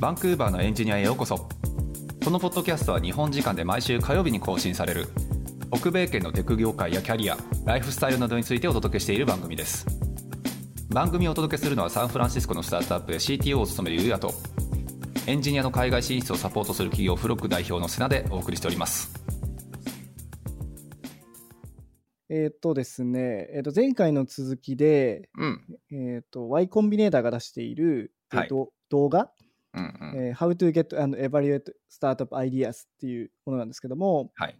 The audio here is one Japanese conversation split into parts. バンクーバーのエンジニアへようこそこのポッドキャストは日本時間で毎週火曜日に更新される北米圏のテク業界やキャリアライフスタイルなどについてお届けしている番組です番組をお届けするのはサンフランシスコのスタートアップで CTO を務めるゆうやとエンジニアの海外進出をサポートする企業フロック代表の瀬名でお送りしておりますえーっとですね、えーっと前回の続きで、うんえーっと Y コンビネーターが出している、えーっと動画、うんうんえー How to get and evaluate startup ideas っていうものなんですけども、はい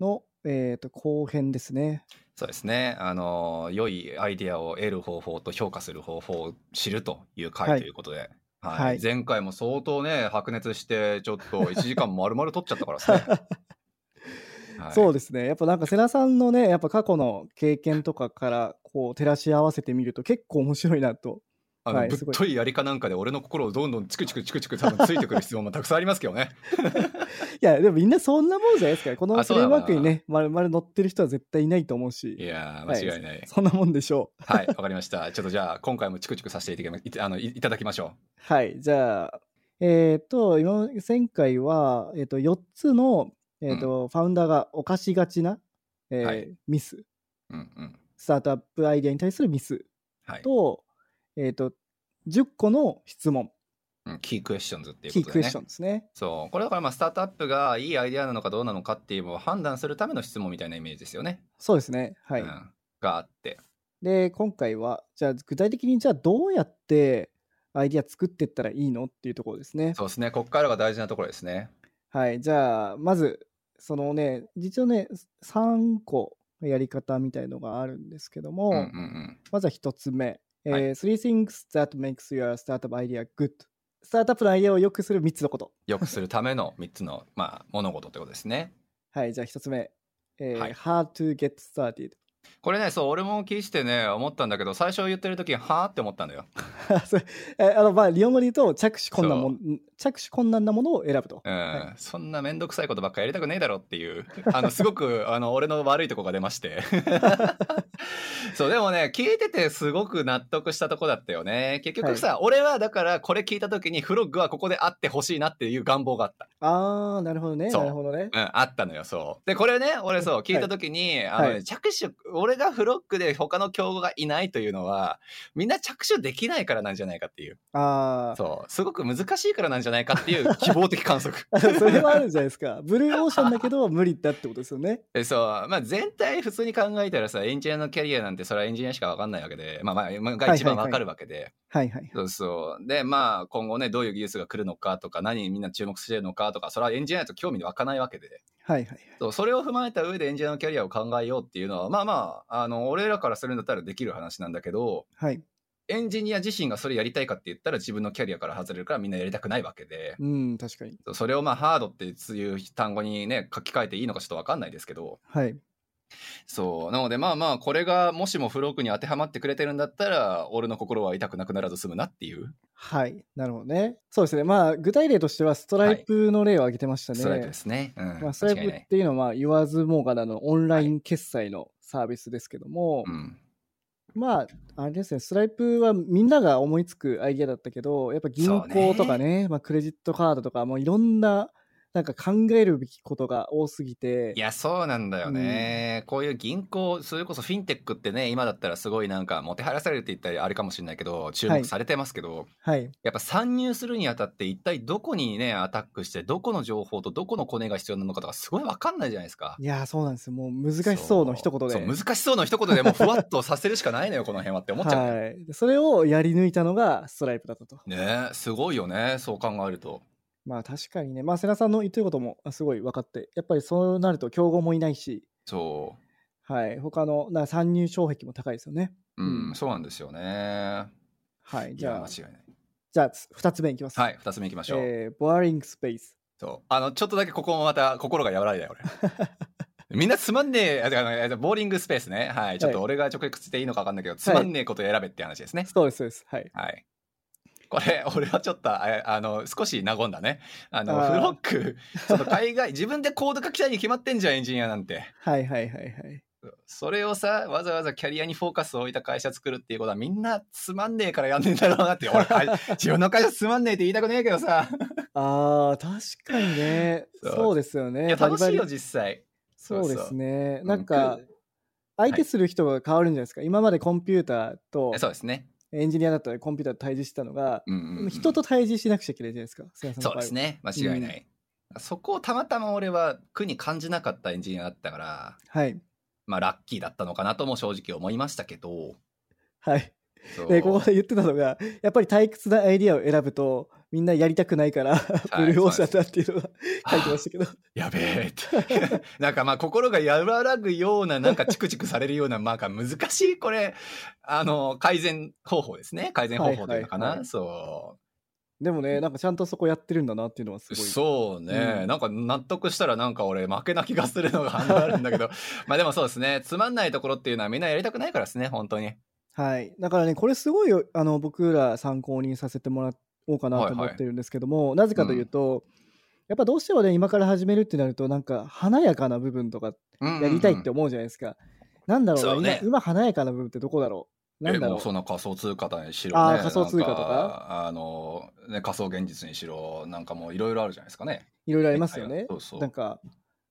の、えーっと後編ですね。そうですねあの良いアイデアを得る方法と評価する方法を知るというは回いということで、はいはい前回も相当ね白熱してちょっと1時 間丸々取っちゃったからですね、 はいそうですね、やっぱなんか瀬名さんのね、やっぱ過去の経験とかからこう照らし合わせてみると結構面白いなと。 あの、はいぶっすごいといやりかなんかで俺の心をどんどんチクチクチクチク多分ついてくる質問もたくさんありますけど ねいや、でもみんなそんなもんじゃないですから、このあフそうレだーなムワークにね、まるまる乗ってる人は絶対いないと思ういし、やーはい間違いないそんなもんでしょう。はいわ、かりましたちょっとじゃあ今回もチクチクさせていただきまいあのいいただきましょはい、じゃあ、えっ、と、今、前回は、えっ、と、4つの、えっ、と、ファウンダーが犯しがちな、えーはいミス、ううんうんスタートアップアイデアに対するミスはい、と、えっ、と、10個の質問、うん、キークエスチョンズっていうキことークでエねスチョンですね。そうこれだからまあスタートアップがいいアイデアなのかどうなのかっていうのを判断するための質問みたいなイメージですよね。そうですね。はい。うん、があって。で、今回は、じゃあ、具体的に、じゃあ、どうやってアイデア作っていったらいいのっていうところですね。そうですねここからが大事なところですね。はい、じゃあ、まず、そのね、実はね、3個やり方みたいのがあるんですけども、うんうんうん、まずは1つ目、えーはい Three things that makes your startup idea good. スタートアップのアイデアを良くする3つのこと。よくするための3つの、まあ、物事ってことですね。はい、じゃあ1つ目、えーはい How to get started. これねそう俺も聞いてね思ったんだけど最初言ってる時はあって思ったんだよ。それえあの、まあ、日本語で言うと、着手困難もん、着手困難なものを選ぶと。うんはそんな面倒くさいことばっかやりたくねえだろっていう あのすごくあの俺の悪いとこが出まして そうでもね聞いててすごく納得したとこだったよね結局さ、俺はだからこれ聞いた時にフロッグはここであってほしいなっていう願望があった、あー、なるほどね、そうなるほどね。うん、あったのよそうでこれね俺そう聞いた時に、あのねはい着手俺がフロッグで他の競合がいないというのはみんな着手できないからなんじゃないかっていうあー。そうすごく難しいからなんじゃないかっていう希望的観測 それはあるじゃないですか。ブルーオーシャンだけど無理だってことですよね。えそう、まあ、全体普通に考えたらさエンジニアのキャリアなんてそれはエンジニアしか分かんないわけで、まあ、まあまあが一番分かるわけで、はいはい。そうそうでまあ今後ねどういう技術が来るのかとか何にみんな注目してるのかとかそれはエンジニアだと興味湧かないわけではいはい。そうそれを踏まえた上でエンジニアのキャリアを考えようっていうのはまあまああの俺らからするんだったらできる話なんだけどはい。エンジニア自身がそれやりたいかって言ったら自分のキャリアから外れるからみんなやりたくないわけで。うん、確かに。そうそれをまあハードっていう単語にね書き換えていいのかちょっと分かんないですけど、はい。そう。なので、まあまあ、これがもしもフロークに当てはまってくれてるんだったら、俺の心は痛くなくならず済むなっていう、はい。なるほどね。そうですね。まあ、具体例としては、ストライプの例を挙げてましたね。ストライプですね。うん。まあ、スト間ラ違いイプなっい。ていうのは、言わずもがなのオンライン決済のサービスですけども、うん。まあ、あれですね、ストライプはみんなが思いつくアイデアだったけど、やっぱ銀行とかね、まあ、クレジットカードとか、もういろんな、なんか考えるべきことが多すぎて、いや、そうなんだよね。こういう銀行、それこそフィンテックってね、今だったらすごいなんか、もてはやされるって言ったりあれかもしれないけど、注目されてますけど、はい。やっぱ参入するにあたって、一体どこにね、アタックして、どこの情報とどこのコネが必要なのかとか、すごいわかんないじゃないですかい。やー、そうなんですよ。もう難しそうの一言で。そうそう難しそうの一言でもうふわっとさせるしかないのよ、この辺はって思っちゃうのよ、はい。でそれをやり抜いたのがストライプだったと。ねえすごいよねそう考えるとまあ確かにね、まあ瀬名さんの言ってることもあすごい分かって、やっぱりそうなると競合もいないし、そはい、他のな参入障壁も高いですよね。ううん、うんそうなんですよねはい、いじやゃ間あ、違いないじゃあ2つ目いきます。はい2つ目いきましょう、えー、ボアリングスペース。そうあのちょっとだけここもまた心が和らいだよ俺 みんなつまんねえあてかあのボーリングスペースねはいちょっと俺が直訳していいのか分かんないけど、つまんねえこと選べって話ですねそうです、そうです。はい。はい、これ 俺はちょっとああの少し和んだねあのあーフロックちょっと海外自分でコード書きたいに決まってんじゃんエンジニアなんてはいはいはいはい。それをさ、わざわざキャリアにフォーカスを置いた会社作るっていうことはみんなつまんねえからやんねえんだろうなって、俺、会自分の会社つまんねえって言いたくねえけどさ。 あー確かにねそうそうですよいねや、楽しいよ、バリバリ実際。そうですねうなんか、う相手する人が変わるんじゃないですか、今までコンピューターとえそうですね。エンジニアだったらコンピューターと対峙してたのが、うんうんうん人と対峙しなくちゃいけないじゃないですか菅井さんのそう場合はですね。間違いない。そこをたまたま俺は苦に感じなかったエンジニアだったから、はいまあラッキーだったのかなとも正直思いましたけど、はいそうでここで言ってたのがやっぱり退屈なアイディアを選ぶとみんなやりたくないから、ブルーオーシャンだっていうのが書いてましたけどやべえって。 なんかまあ心が和らぐような、なんかチクチクされるような、まあか難しい、これ、あの、改善方法ですね。改善方法というのかな。はいはいはいそでもねなんかちゃんとそこやってるんだなっていうのはすう。ごいそうね、うんなんか納得したらなんか俺負けな気がするのがあるんだけど。 まあでもそうですね。つまんないところっていうのはみんなやりたくないからですね、本当に。はい、だからねこれすごいよあの僕ら参考にさせてもらおうかなはいとはい思ってるんですけども、なぜかというと、やっぱどうしてもね今から始めるってなるとなんか華やかな部分とかうんやりたいって思うじゃないですか、なんだろうなそうね今今華やかな部分ってどこだろうなえんだろもううその仮想通貨だにしろ、ね、あー仮想通貨とかなんあの、ね、仮想現実にしろなんかもういろいろあるじゃないですかねいろいろありますよねそうそうなんか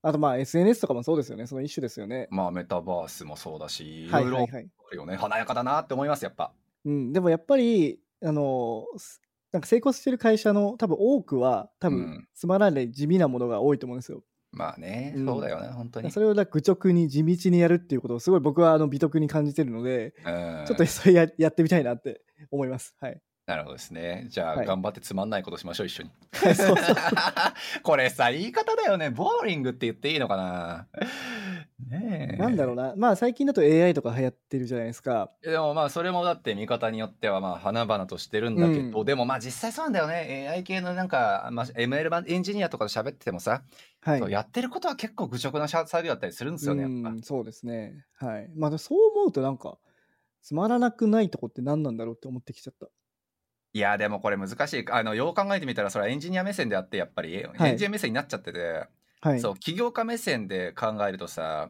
あとまあ SNS とかもそうですよねその一種ですよね、まあメタバースもそうだしいはろいいはろいはい、あるよね華やかだなって思いますやっぱうん、でもやっぱりあのすなんか成功してる会社の多分多くは多う分んつまらない地味なものが多いと思うんですよ、まあね、うんそうだよね本当にそれをなんか愚直に地道にやるっていうことをすごい僕はあの美徳に感じてるので、うんちょっとそれや やってみたいなって思います。はい。なるほどですねじゃあ、はい頑張ってつまんないことしましょう一緒に そうそう これさ言い方だよねボーリングって言っていいのかなねえなんだろうな。まあ最近だと AI とか流行ってるじゃないですか。でもまあそれもだって見方によってはまあ花々としてるんだけど、うんでもまあ実際そうなんだよね AI 系のなんか、まあ、ML 版エンジニアとかと喋っててもさ、はい。そうやってることは結構愚直な作業だったりするんですよねやっぱうん、そうですね。はい。まあそう思うとなんか、つまらなくないとこって何なんだろうって思ってきちゃった。いやでもこれ難しいあのよう考えてみたらそれはエンジニア目線であってやっぱり、はいエンジニア目線になっちゃってて、はい。そう起業家目線で考えるとさ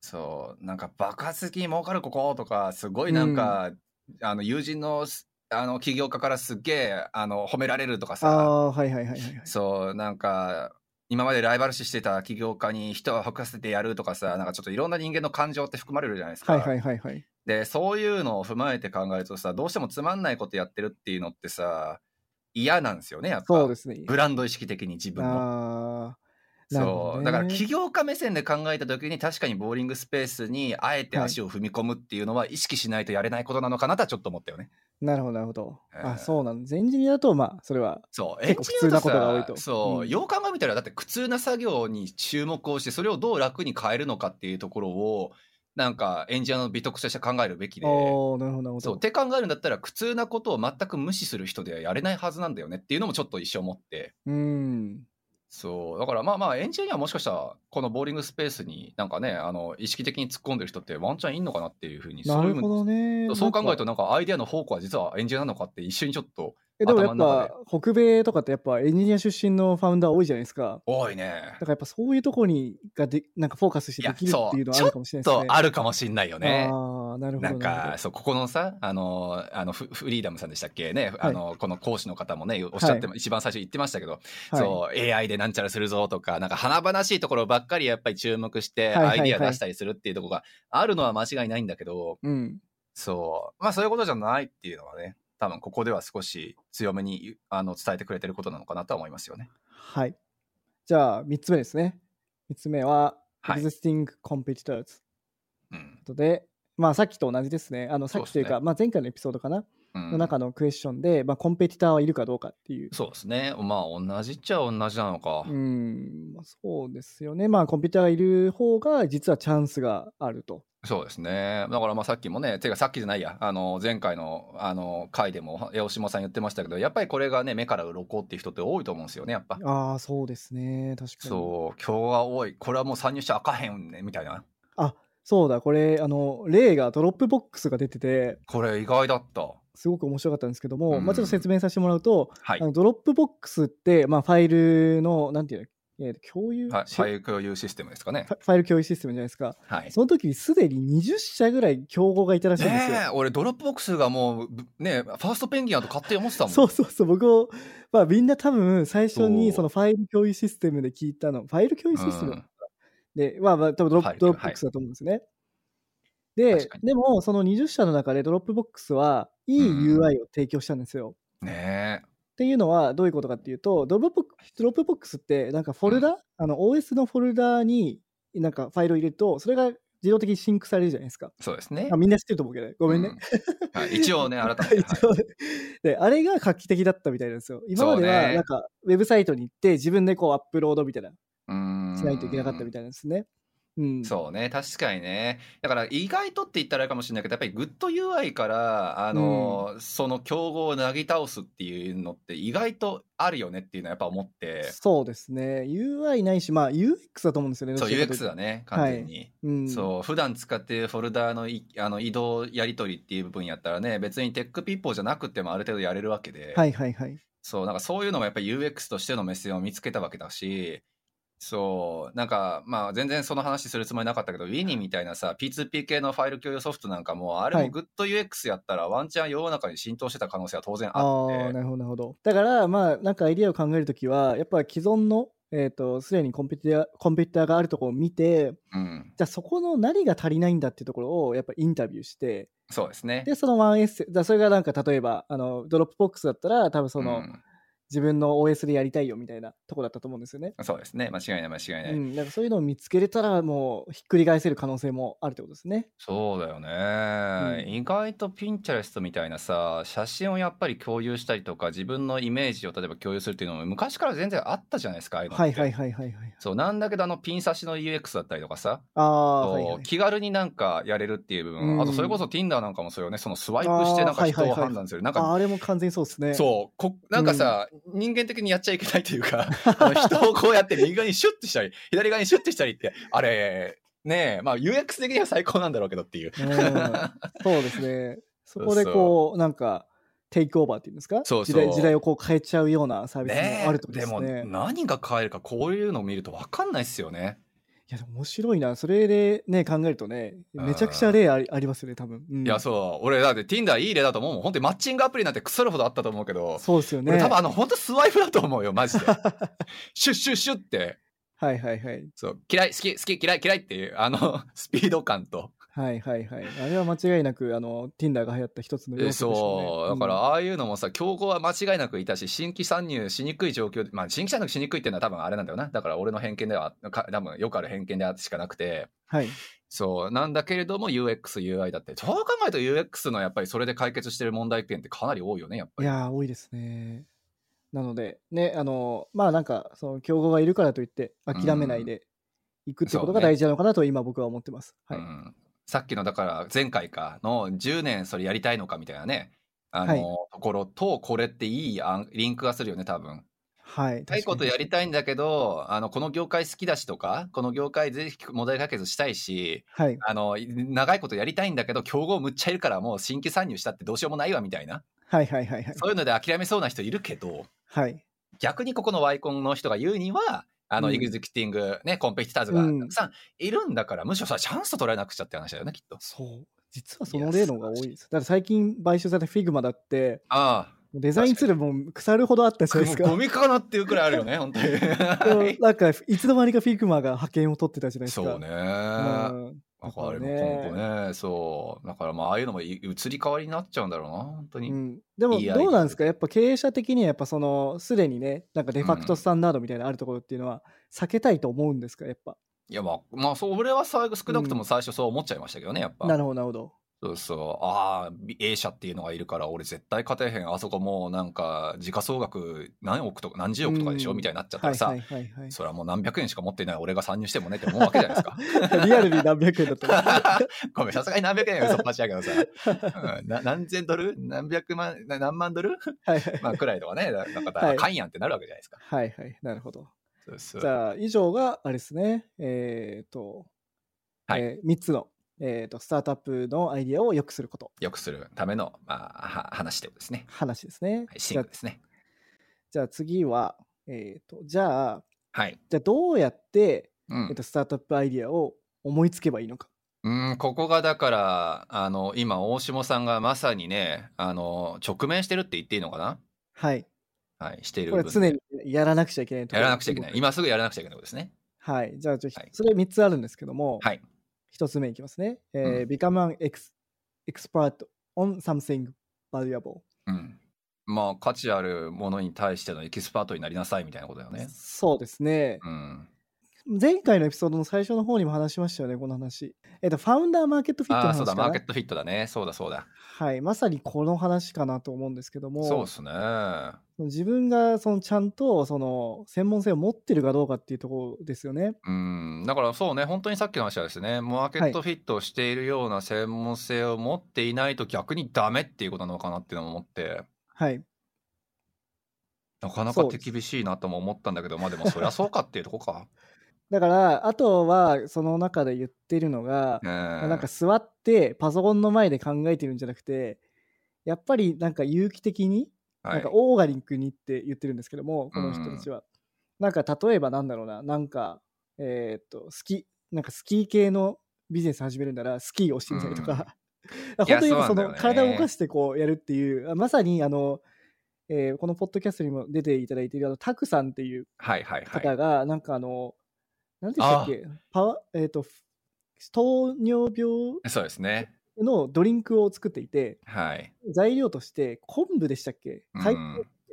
そうなんか爆発的に儲かるこことかすごいなんか、あの友人のすあの起業家からすっげえあの褒められるとかあさあ、はいはいはいはいはい。そう、なんか、今までライバル視してた起業家に人を吐かせてやるとかさ、なんかちょっといろんな人間の感情って含まれるじゃないですか。はいはいはいはい。で、そういうのを踏まえて考えるとさ、どうしてもつまんないことやってるっていうのってさ、嫌なんですよね、やっぱ。そうですね。ブランド意識的に自分の。ああ、なるそほどう。ねだから起業家目線で考えた時に確かにボーリングスペースにあえて足を踏み込むっていうのは意識しないとやれないことなのかなとはちょっと思ったよね。なるほどなるほど。うんあそうなんです。エンジニアだと、まあそれはそう、結構普通なことが多いエとンジニアださそう、うんよう考えたら、だって苦痛な作業に注目をして、それをどう楽に変えるのかっていうところを、なんかエンジニアの美徳として考えるべきで、おーなるほどなるほどそう、って考えるんだったら、苦痛なことを全く無視する人ではやれないはずなんだよねっていうのもちょっと一生思って、うんそう、だからまあまあ、エンジニアはもしかしたら、このボーリングスペースに、なんかね、あの、意識的に突っ込んでる人ってワンチャンいんのかなっていうふうに、なるほそういうどねそうそう考えると、なんかなんかアイデアの方向は実はエンジニアなのかって一緒にちょっと、えでもや頭っのぱ北米とかってやっぱエンジニア出身のファウンダー多いじゃないですか多いねだ。からやっぱそういうところにがでなんかフォーカスしてできるっていうのはあるかもしれないちでょすっねとあるかもしんないよね。ああなるほなどんかそうここのさあのあのフフリーダムさんでしたっけね、あのこの講師の方もねおっしゃって、一番最初言ってましたけど、なるほどはいそう AI でなんちゃらするぞとかなんか華々しいところばっかりやっぱり注目してはいアはいはいイディア出したりするっていうところがあるのは間違いないんだけど、うんそうまあそういうことじゃないっていうのはね多分ここでは少し強めにあの伝えてくれてることなのかなとは思いますよね。はいじゃあ3つ目ですね3つ目ははい Existing Competitors うんとで、まあさっきと同じですねあのさっきというそうかですまあ、前回のエピソードかな、うんの中のクエスチョンで、まあ、コンペティターはいるかどうかっていうそうですねまあ同じっちゃ同じなのか。うん、まあそうですよね。まあ、コンピューターがいる方が、実はチャンスがあると。そうですね。だからまあさっきもね、てかさっきじゃないや、あの前回のあの回でも八島さん言ってましたけど、やっぱりこれがね、目から鱗っていう人って多いと思うんですよね、やっぱ。ああ、そうですね。確かに。う。そう、今日は多い。これはもう参入しちゃあかへんね、みたいな。そうだ、これ、あの、例がドロップボックスが出てて、これ意外だった。すごく面白かったんですけども、うんまあ、ちょっと説明させてもらうと、はいあ。のドロップボックスって、まあ、ファイルの、なんていうの、いや共有、はい、しファイル共有システムですかねフ。ァファイル共有システムじゃないですか。はい。その時にすでに20社ぐらい競合がいたらしいんですよ。ねえ、俺ドロップボックスがもうぶねえファーストペンギンだと勝手に思ってたもん。そうそうそう、僕も、まあ、みんな多分最初にそうそのファイル共有システムで聞いたの、ファイル共有システム、うんで、まあまあ、多分ドロファッイプルドロップボックスだと思うんですね。で確か、にでも、その20社の中でドロップボックスはいいうん UI を提供したんですよ。っねていうのはどういうことかっていうと、ドロップボックスドロップボックスって、なんかフォルダ、あの OS のフォルダになんかファイルを入れると、それが自動的にシンクされるじゃないですか。え、そうですねあ。みんな知ってると思うけど、ごめんね。うん。はい、一応ね、改めて。はい 一応ねであれが画期的だったみたいなんですよ。今までそうはねなんかウェブサイトに行って自分でこうアップロードみたいなうーんしないといけなかったみたいなんですね。うん、そうね確かにねだから意外とって言ったらあれかもしれないけどやっぱりグッド UI からあの、その競合をなぎ倒すっていうのって意外とあるよねっていうのはやっぱ思ってそうですね。UI ないし、まあ UX だと思うんですよね。そうどちらかと UX いだね完全に、うん、そう普段使ってるフォルダーのいあの移動やり取りっていう部分やったらね別にテックピッポーじゃなくてもある程度やれるわけで、はいはいはい。そうなんかそういうのもやっぱり UX としての目線を見つけたわけだしそうなんかまあ全然その話するつもりなかったけど Winnie みたいなさ P2P 系のファイル共有ソフトなんかもあれはもい GoodUX やったらワンチャン世の中に浸透してた可能性は当然あああってー、なるほどなるほど。だから、まあなんかアイディアを考えるときは、やっぱ既存の、えっ、と、すでにコンピューター、コンピューターがあるところを見て、うん、じゃあそこの何が足りないんだっていうところをやっぱインタビューして、そうですね。で、そのワンエッセンだそれがなんか例えば、あの、ドロップボックスだったら、多分その、うん自分の OS でやりたいよみたいなとこだったと思うんですよね。そうですね間違いない間違いない、うん、なんかそういうのを見つけれたら、もうひっくり返せる可能性もあるってことですね。そうだよね、うん意外と Pinterest みたいなさ写真をやっぱり共有したりとか自分のイメージを例えば共有するっていうのも昔から全然あったじゃないですかああいうのってはいはいはいはいはい。そうなんだけどあのピン差しの UX だったりとかさああ、こうはいはい。気軽になんかやれるっていう部分、うんあとそれこそ Tinder なんかもそれをねそのスワイプしてあーなんか人はいをはいはい判断するなんあかあれも完全にそうですね。そうこなんかさ、人間的にやっちゃいけないというか あの人をこうやって右側にシュッてしたり左側にシュッてしたりってあれねえまあ UX 的には最高なんだろうけどっていう。うん。そうです ね。そこでこう、なんか、テイクオーバーっていうんですかそうそう時代時代をこう変えちゃうようなサービスねもあるってことでですもね。何が変えるかこういうのを見ると分かんないっすよね。いや、でも面白いな。それでね、考えるとね、めちゃくちゃ例ありありますよね、多分。うんいやそう俺だって Tinder いい例だと思うもん本当にマッチングアプリなんて腐るほどあったと思うけどそうですよね。俺多分あの本当スワイプだと思うよマ ジでシュッシュッシュッってはいはいはい。そう嫌い好き好き嫌い嫌いっていうあ のスピード感とはいはいはい。あれは間違いなく、あの、Tinder が流行った一つの要素でしょそうね。だからああいうのもさ競合は間違いなくいたし新規参入しにくい状況でまあ新規参入しにくいっていうのは多分あれなんだよなだから俺の偏見ではか多分よくある偏見であってしかなくてうん、はい。そうなんだけれども UXUI だってそう考えると UX のやっぱりそれで解決してる問題点ってかなり多いよねやっぱり。いやー、多いですね。なので、ね、あの、まあなんか、その、競合がいるからといって、諦めないでいくっていうことそがうね。大事なのかなと、今僕は思ってます。はいうん、さっきのだから前回かの10年それやりたいのかみたいなねあの、はいところとこれっていいあんリンクがするよね多分。はい。たいことやりたいんだけどあのこの業界好きだしとかこの業界ぜひ問題解決したいしはい。あの長いことやりたいんだけど競合むっちゃいるからもう新規参入したってどうしようもないわみたいなはいはいはいはい。そういうので諦めそうな人いるけどはい。逆にここのワイコンの人が言うにはあの、うんエグゼクティングねコンペティターズがうんたくさんいるんだから、むしろさチャンス取らなくちゃって話だよねきっと。そう。実はその例の方が多いです。だって最近買収された Figma だって、ああデザインツールも腐るほどあったじゃないですかゴ。ミかなっていうくらいあるよね、本当 でにも。なんか、いつの間にか Figma が派遣を取ってたじゃないですか。 そうね。うん。なんだかあかれらもね今後ね、そう。だからまあ、ああいうのもい移り変わりになっちゃうんだろうな、本当うに。ん、でもいいアイデアどうなんですかやっぱ経営者的にはやっぱそのすでにねなんかデファクトスタンダードみたいなのあるところっていうのは避けたいと思うんですかやっぱ、いや、まあ、まあ、そう、俺はさ少なくとも最初そう思っちゃいましたけどね、やっぱ。なるほどなるほどそうそう。ああ、A 社っていうのがいるから、俺絶対勝てへん。あそこもうなんか、時価総額何億とか何十億とかでしょ、うんみたいになっちゃったはらいさ、はいはいはいそれはもう何百円しか持ってない俺が参入してもねって思うわけじゃないですか。 リアルに何百円 だったらごめん、さすがに何百円は嘘っぱちやけど さ、うんな何千ドル何百万な何万ドルはいはいまあ、くらいとかね、だだから、はいあかんやんってなるわけじゃないですか。はいはいなるほどそうそうじゃあ以上があれですねえっ、と、はいえ3つの、えー、とスタートアップのアイディアを良くすることよくするための、まあ、は話でですね。話ですね、はい、シじゃンあクですね。じゃあ次はえっ、とじゃあはい。じゃあどうやって、うえっんと、スタートアップアイディアを思いつけばいいのか。うん、ここがだから、あの、今、大下さんがまさにね、あの、直面してるって言っていいのかなはい。はい、しているこ部れ分。常にやらなくちゃいけないとこやろらなくちゃいけない。。今すぐやらなくちゃいけないことですね。はい。じゃあ、ちょはいそれ3つあるんですけども、はい。 1つ目いきますね。えうー Become an ex- expert on something valuable、うん。まあ、価値あるものに対してのエキスパートになりなさいみたいなことだよね。そうですね。うん。前回のエピソードの最初の方にも話しましたよね、この話。えっと、ファウンダーマーケットフィットあのあ、話そうかだ、なマーケットフィットだね。そうだ、そうだ。はい、まさにこの話かなと思うんですけども、そうですね。自分がそのちゃんとその専門性を持ってるかどうかっていうところですよね。うん。だからそうね、本当にさっきの話はですね、マーケットフィットをしているような専門性を持っていないと逆にダメっていうことなのかなっていうのも思って、はい、なかなそかう手です厳しいなとも思ったんだけど、まあでもそりゃそうかっていうとこ か。だからあとはその中で言ってるのが、ねえなんか座ってパソコンの前で考えてるんじゃなくてやっぱりなんか有機的に、はないんかオーガニックにって言ってるんですけどもこの人たちは。なんか例えばなんだろうななんかえーっとスキなんかスキー系のビジネス始めるならスキーをしてみたりと か、いや本当に今そそうなんだのよね体を動かしてこうやるっていうあまさにあの、えーこのポッドキャストにも出ていただいているあのタクさんっていうはいはいは方い。がなんかあの、なんて言ったっけパワーえーっと糖尿病そうですね。のドリンクを作っていてはい。材料として昆布でしたっけ、うん海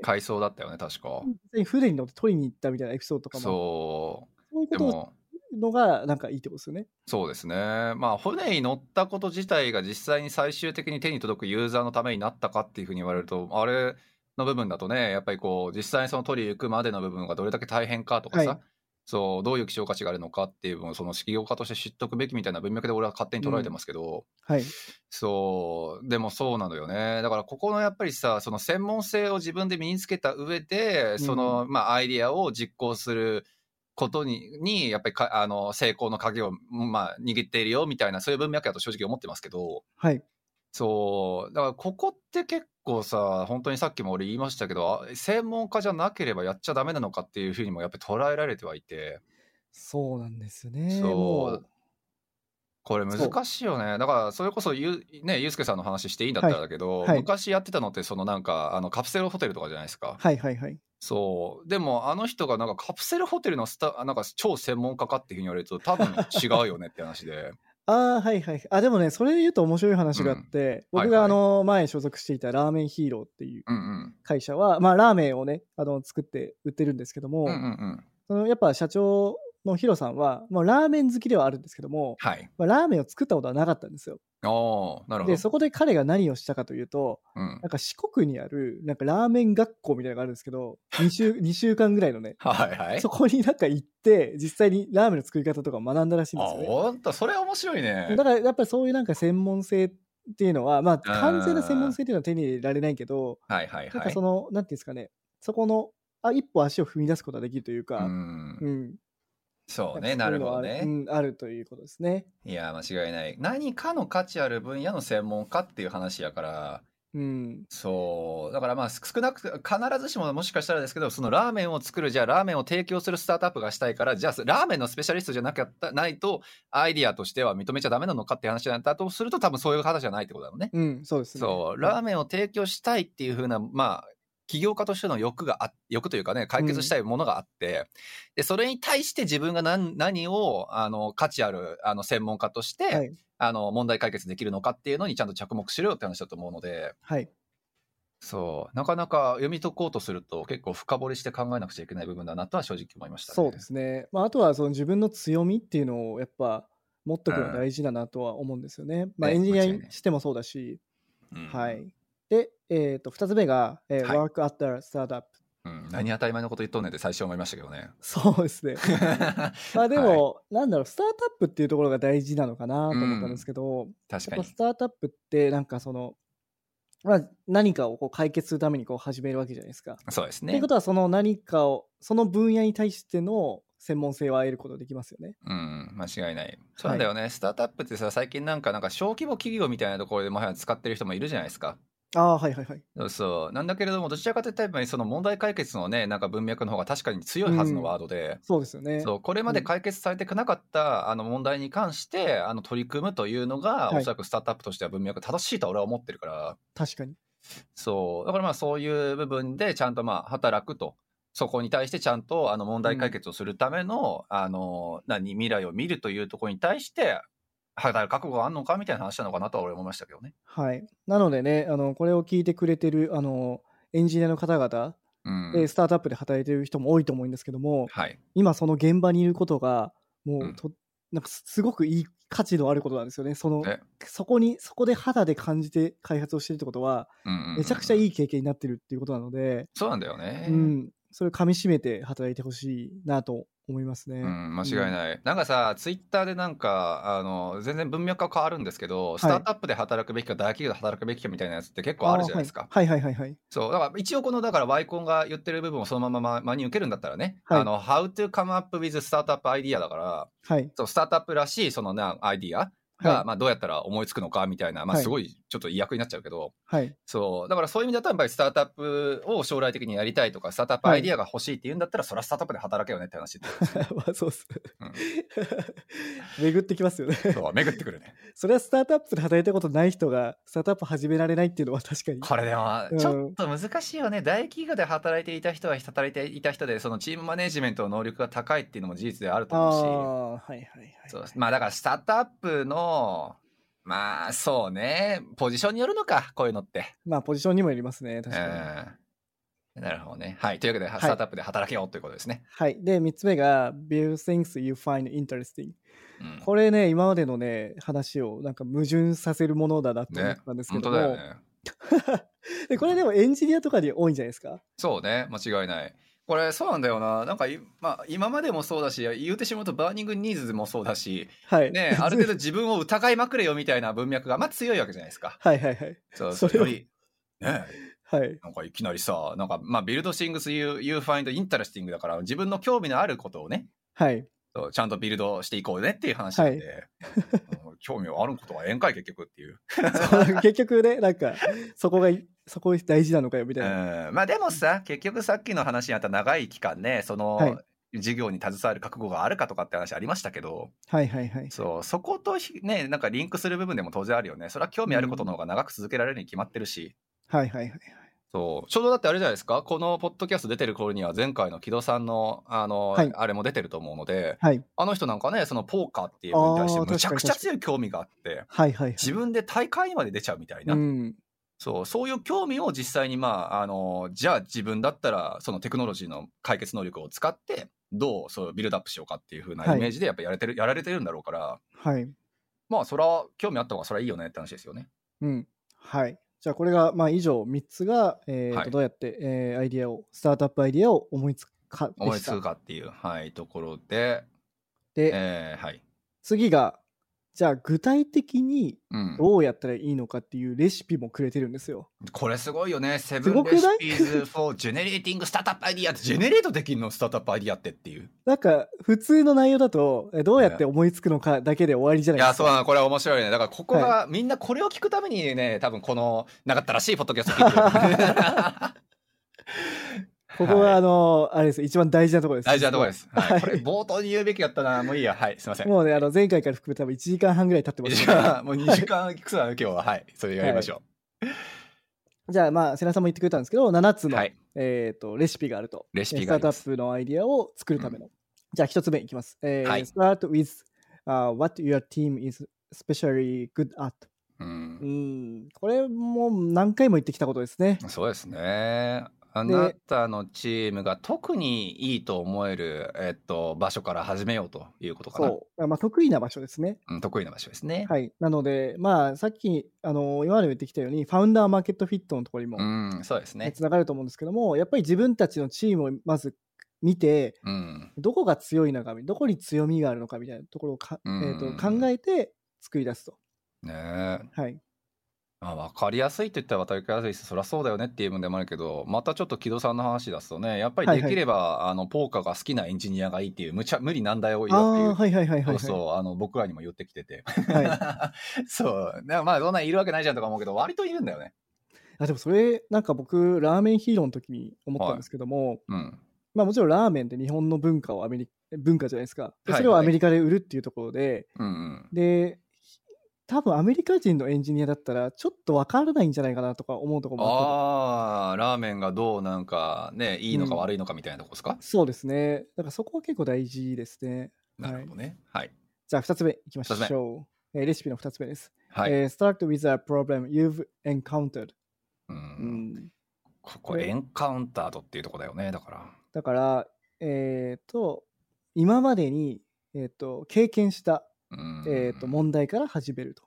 海藻だったよね、確か。実際に船に乗って取りに行ったみたいなエピソードとかもそそういうう。でことをも、するのがなんかいいってことですよね。そうですね。まあ、船に乗ったこと自体が実際に最終的に手に届くユーザーのためになったかっていうふうに言われると、あれの部分だとね、やっぱりこう、実際にその取り行くまでの部分がどれだけ大変かとかさ、はいそう、どういう希少価値があるのかっていう部分をその企業家として知っとくべきみたいな文脈で俺は勝手に捉えてますけど、はい。そう、でもそうなのよね。だからここのやっぱりさ、その専門性を自分で身につけた上で、その、まあアイディアを実行することに、にやっぱりかあの成功の鍵を、まあ、握っているよみたいな、そういう文脈だと正直思ってますけど、はい。そう、だからここって結構さ、本当にさっきも俺言いましたけど、あ専門家じゃなければやっちゃダメなのかっていうふうにもやっぱり捉えられてはいて、そうなんですよね。そうもうこれ難しいよね。だから、それこそゆ、ね、ゆうすけさんの話していいんだったらだけど、はいはい昔やってたのって、そのなんか、あの、カプセルホテルとかじゃないですか。はいはいはい。そう。でも、あの人がなんかカプセルホテルのスタ、なんか超専門家かっていうふうに言われると、多分違うよねって話 で。ああ、はいはい。あ、でもね、それで言うと面白い話があって、うんはいはい僕があの、前所属していたラーメンヒーローっていううんうん。会社は、まあ、ラーメンをね、あの、作って売ってるんですけどうも、んうんうん。そのやっぱ社長のヒロさんは、まあ、ラーメン好きではあるんですけども、はい。まあ、ラーメンを作ったことはなかったんですよ。おー、なるほで、ど。そこで彼が何をしたかというと、うん。なんか四国にある、なんかラーメン学校みたいなのがあるんですけど、2週、2週 間ぐらいのね、はいはい。そこになんか行って、実際にラーメンの作り方とかを学んだらしいんあ、ですよね。ほんと、それ面白いねだ。からやっぱりそういうなんか専門性っていうのは、まあー完全な専門性っていうのは手に入れられないけど、はいはいなんはかいそ。の、なんていうんですかね、そこの、あ、一歩足を踏み出すことができるというう。か、うんん。そうやね、っなぱそうるいうのほはどあね。うん、あるということですね。いや、間違いない。何かの価値ある分野の専門家っていう話やから、うん。そう。だからまあ少なく、必ずしももしかしたらですけど、そのラーメンを作る、じゃあラーメンを提供するスタートアップがしたいから、じゃあラーメンのスペシャリストじゃなかった、ないと、アイディアとしては認めちゃダメなのかって話なんだとすると、多分そういう方じゃないってことだもんね。うん、そうですね。そう。ラーメンを提供したいっていうふうな、まあ、起業家としての欲があ、欲というかね、解決したいものがあって、で、それに対して自分が何、何を、あの、価値ある、あの、専門家として、はいあの、問題解決できるのかっていうのにちゃんと着目しろよって話だと思うので、はい。そう、なかなか読み解こうとすると、結構深掘りして考えなくちゃいけない部分だなとは正直思いましたね。そうで。すね。まあ、あとはその自分の強みっていうのをやっぱ持っとくのが大事だなとは思うんですよね。まあ、ねエンジニア間違いにないしてもそうだし、うん、はい。で、えっ、と、2つ目が、えーはい Work at a Startup。 うん。何当たり前のこと言っとんねんって最初思いましたけどね。そうで すね。まあでも、なんだろう、スタートアップっていうところが大事なのかなと思ったんですけど、確かやっぱにス。タートアップってなんかその、まあ、何かをこう解決するためにこう始めるわけじゃないですか。そうですといねうこ。とは、その何かを、その分野に対しての専門性を得ることができますよね。うん、間違いない。そうなんだよね。スタートアップってさ、最近なんか、なんか小規模企業みたいなところでもはや使ってる人もいるじゃないですか。ああ、はいはいはい。そうなんだけれどもどちらかというとやっぱりその問題解決のねなんか文脈の方が確かに強いはずのワードで、そうですよね。そうこれまで解決されてこなかった、あの問題に関してあの取り組むというのが、はいおそらくスタートアップとしては文脈正しいと俺は思ってるから確かに。そうだからまあそういう部分でちゃんとまあ働くとそこに対してちゃんとあの問題解決をするための、あの何未来を見るというところに対して働く覚悟があるのかみたいな話なのかなとは俺は思いましたけどね。はい。なのでね、あの、これを聞いてくれてる、あの、エンジニアの方々、うんでスタートアップで働いてる人も多いと思うんですけども、はい、今その現場にいることが、もうんうと、なんかすすごくいい価値のあることなんですよね。その、ねそこに、そこで肌で感じて開発をしてるってことは、めちゃくちゃいいい経験になってるっていうことなので、そうなんだよね。うん、それをかみしめて働いてほしいなと思いますね。うん、間違いない、なんかさツイッターでなんかあの全然文脈が変わるんですけど、スタートアップで働くべきか大企業で働くべきかみたいなやつって結構あるじゃないですか、あーはいはいはいはいはい。そうだから一応このだからワイコンが言ってる部分をそのまま真に受けるんだったらね、はいあの How to come up with startup idea だからはい。そうスタートアップらしいそのなアイディアが、はまあ、どうやったら思いつくのかみたいな、まあ、はいすごいちょっと意訳になっちゃうけど、い。 はい。 そうだからそういう意味だとやっぱりスタートアップを将来的にやりたいとかスタートアップアイディアが欲しいっていうんだったら、そりゃスタートアップで働けよねって話まあそうっす。うん 巡ってきますよね。そう巡ってくるね。それはスタートアップで働いたことない人がスタートアップ始められないっていうのは確かに。これでもうんちょっと難しいよね、大企業で働いていた人は働いていた人でそのチームマネジメントの能力が高いっていうのも事実であるとあ思うあ、はいはいはい。しそうまあだからスタートアップのまあそうねポジションによるのかこういうのって、まあポジションにもよりますね、うん、確かに。なるほどねはいというわけで、いスタートアップで働けようということですね、はい。で、3つ目が、Build things you find interesting。うん、これね、今までのね、話をなんか矛盾させるものだなと思ねったんですけ本ど当だも、よねでこれでもエンジニアとかに多いんじゃないですかそうね間違いないこれそうなんだよななんかい、まあ、今までもそうだし言うてしまうとバーニングニーズもそうだしはい。 ね、ある程度自分を疑いまくれよみたいな文脈がまあ強いわけじゃないですか。はいはいはい。そうそれよをりねはい。なんかいきなりさなんかまあビルドシングス you, you find interesting だから自分の興味のあることをねはい。そうちゃんとビルドしていこうねっていう話なんで、うん興味あることはええんかい結局っていう、そう 結局ね、なんか、そこがい、そこ大事なのかよみうたいな。ん、まあでもさ結局さっきの話にあった長い期間ねその、はい授業に携わる覚悟があるかとかって話ありましたけどはいはいはい。そうそことひねなんかリンクする部分でも当然あるよねそれは興味あることの方が長く続けられるに決まってるし、はいはいはい。そうちょうどだってあれじゃないですかこのポッドキャスト出てる頃には前回の木戸さんのあの、はいあれも出てると思うのではい。あの人なんかねそのポーカーっていうのに対してあーむちゃくちゃ確強い興味があってはいはいはい。自分で大会にまで出ちゃうみたいな、うん。そうそういう興味を実際にまああのじゃあ自分だったらそのテクノロジーの解決能力を使ってどうそうビルドアップしようかっていう風なはいイメージでやっぱやれてる、やられてるんだろうからはい。まあそれは興味あった方がそれはいいよねって話ですよね。うん。はい。じゃあこれが、まあ以上3つが、えーとはいどうやって、えーアイディアを、スタートアップアイディアを思いつくかで思いしつたく。かっていう、はい、ところで、で、えーはい。次が、じゃあ具体的にうん、どうやったらいいのかっていうレシピもくれてるんですよ。これすごいよね。セブすンごくレシないピーズ for generating startup idea って、ジェネレートできんのスタートアップアイディアってっていう。なんか普通の内容だと、えどうやって思いつくのかだけで終わりじゃいないや、ですそか。うなの。これは面白いね。だから、ここが、みんなこれを聞くためにね、多分この、なかったらしいポッドキャスト聞いてる ここが、いあのあれです、一番大事なところです。大事なところです。は。はいいこれ、冒頭に言うべきやったな。もういいや。はい。すいません。ももうね、あの前回から含めて多分1時間半ぐらい経ってうます、 2時間いくつなの今日は。はい。それやりましょじゃあ、まあ、瀬名さんも言ってくれたんですけど、7つう。の、はい。えー、とレシピがあると。レシピスがタありートアますッ。プのアイディアを作るための。じゃあ、1つ目いきます。えーはい Start with、uh, what your team is especially good at. うんうん、これも何回も言ってきたことですね。そうですね。あなたのチームが特にいいと思える、えっと、場所から始めようということかな。そう。まあ、得意な場所ですね。うん、得意な場所ですね。はい。なので、まあ、さっき、あの今までも言ってきたように、ファウンダーマーケットフィットのところにもうん、そうですね。つながると思うんですけども、やっぱり自分たちのチームをまず見て、うん。どこが強いのか、どこに強みがあるのかみたいなところをか、えうんー、と考えて作り出すと。ねえ。はい。まあ、分かりやすいって言ったら分かりやすいし、そりゃそうだよねっていう部分でもあるけど、またちょっと木戸さんの話出すとね、やっぱりはいではいきれば、あの、ポーカーが好きなエンジニアがいいっていう、無茶、無理難題を言あうっていうあ、はいはいはいそはい、はうい。そう、あの、僕らにも言ってきてて。 はそう。でもまあ、そんなんいるわけないじゃんとか思うけど、割といるんだよね。 あでもそれなんか僕ラーメンヒーローの時に思ったんですけども、うん。まあもちろんラーメンって日本の文化をアメリ文化じゃないですかではいそれをアメリカで売るっていうところで、うんうん。で多分アメリカ人のエンジニアだったらちょっと分からないんじゃないかなとか思うところもあっああ、ラーメンがどうなんかね、いいのかうん悪いのかみたいなとこですかた、そうですねだからそこは結構大事ですねなるほどね。はい。じゃあ2つ目いきまし二つょう、えーレシピの2つ目です、はい。えー Start with a problem you've encountered、う、うんん、こここれエンカウンターとっていうとこだよね、だから。だからえっ、と今までに、えー、と経験した、うんえー、と問題から始めると、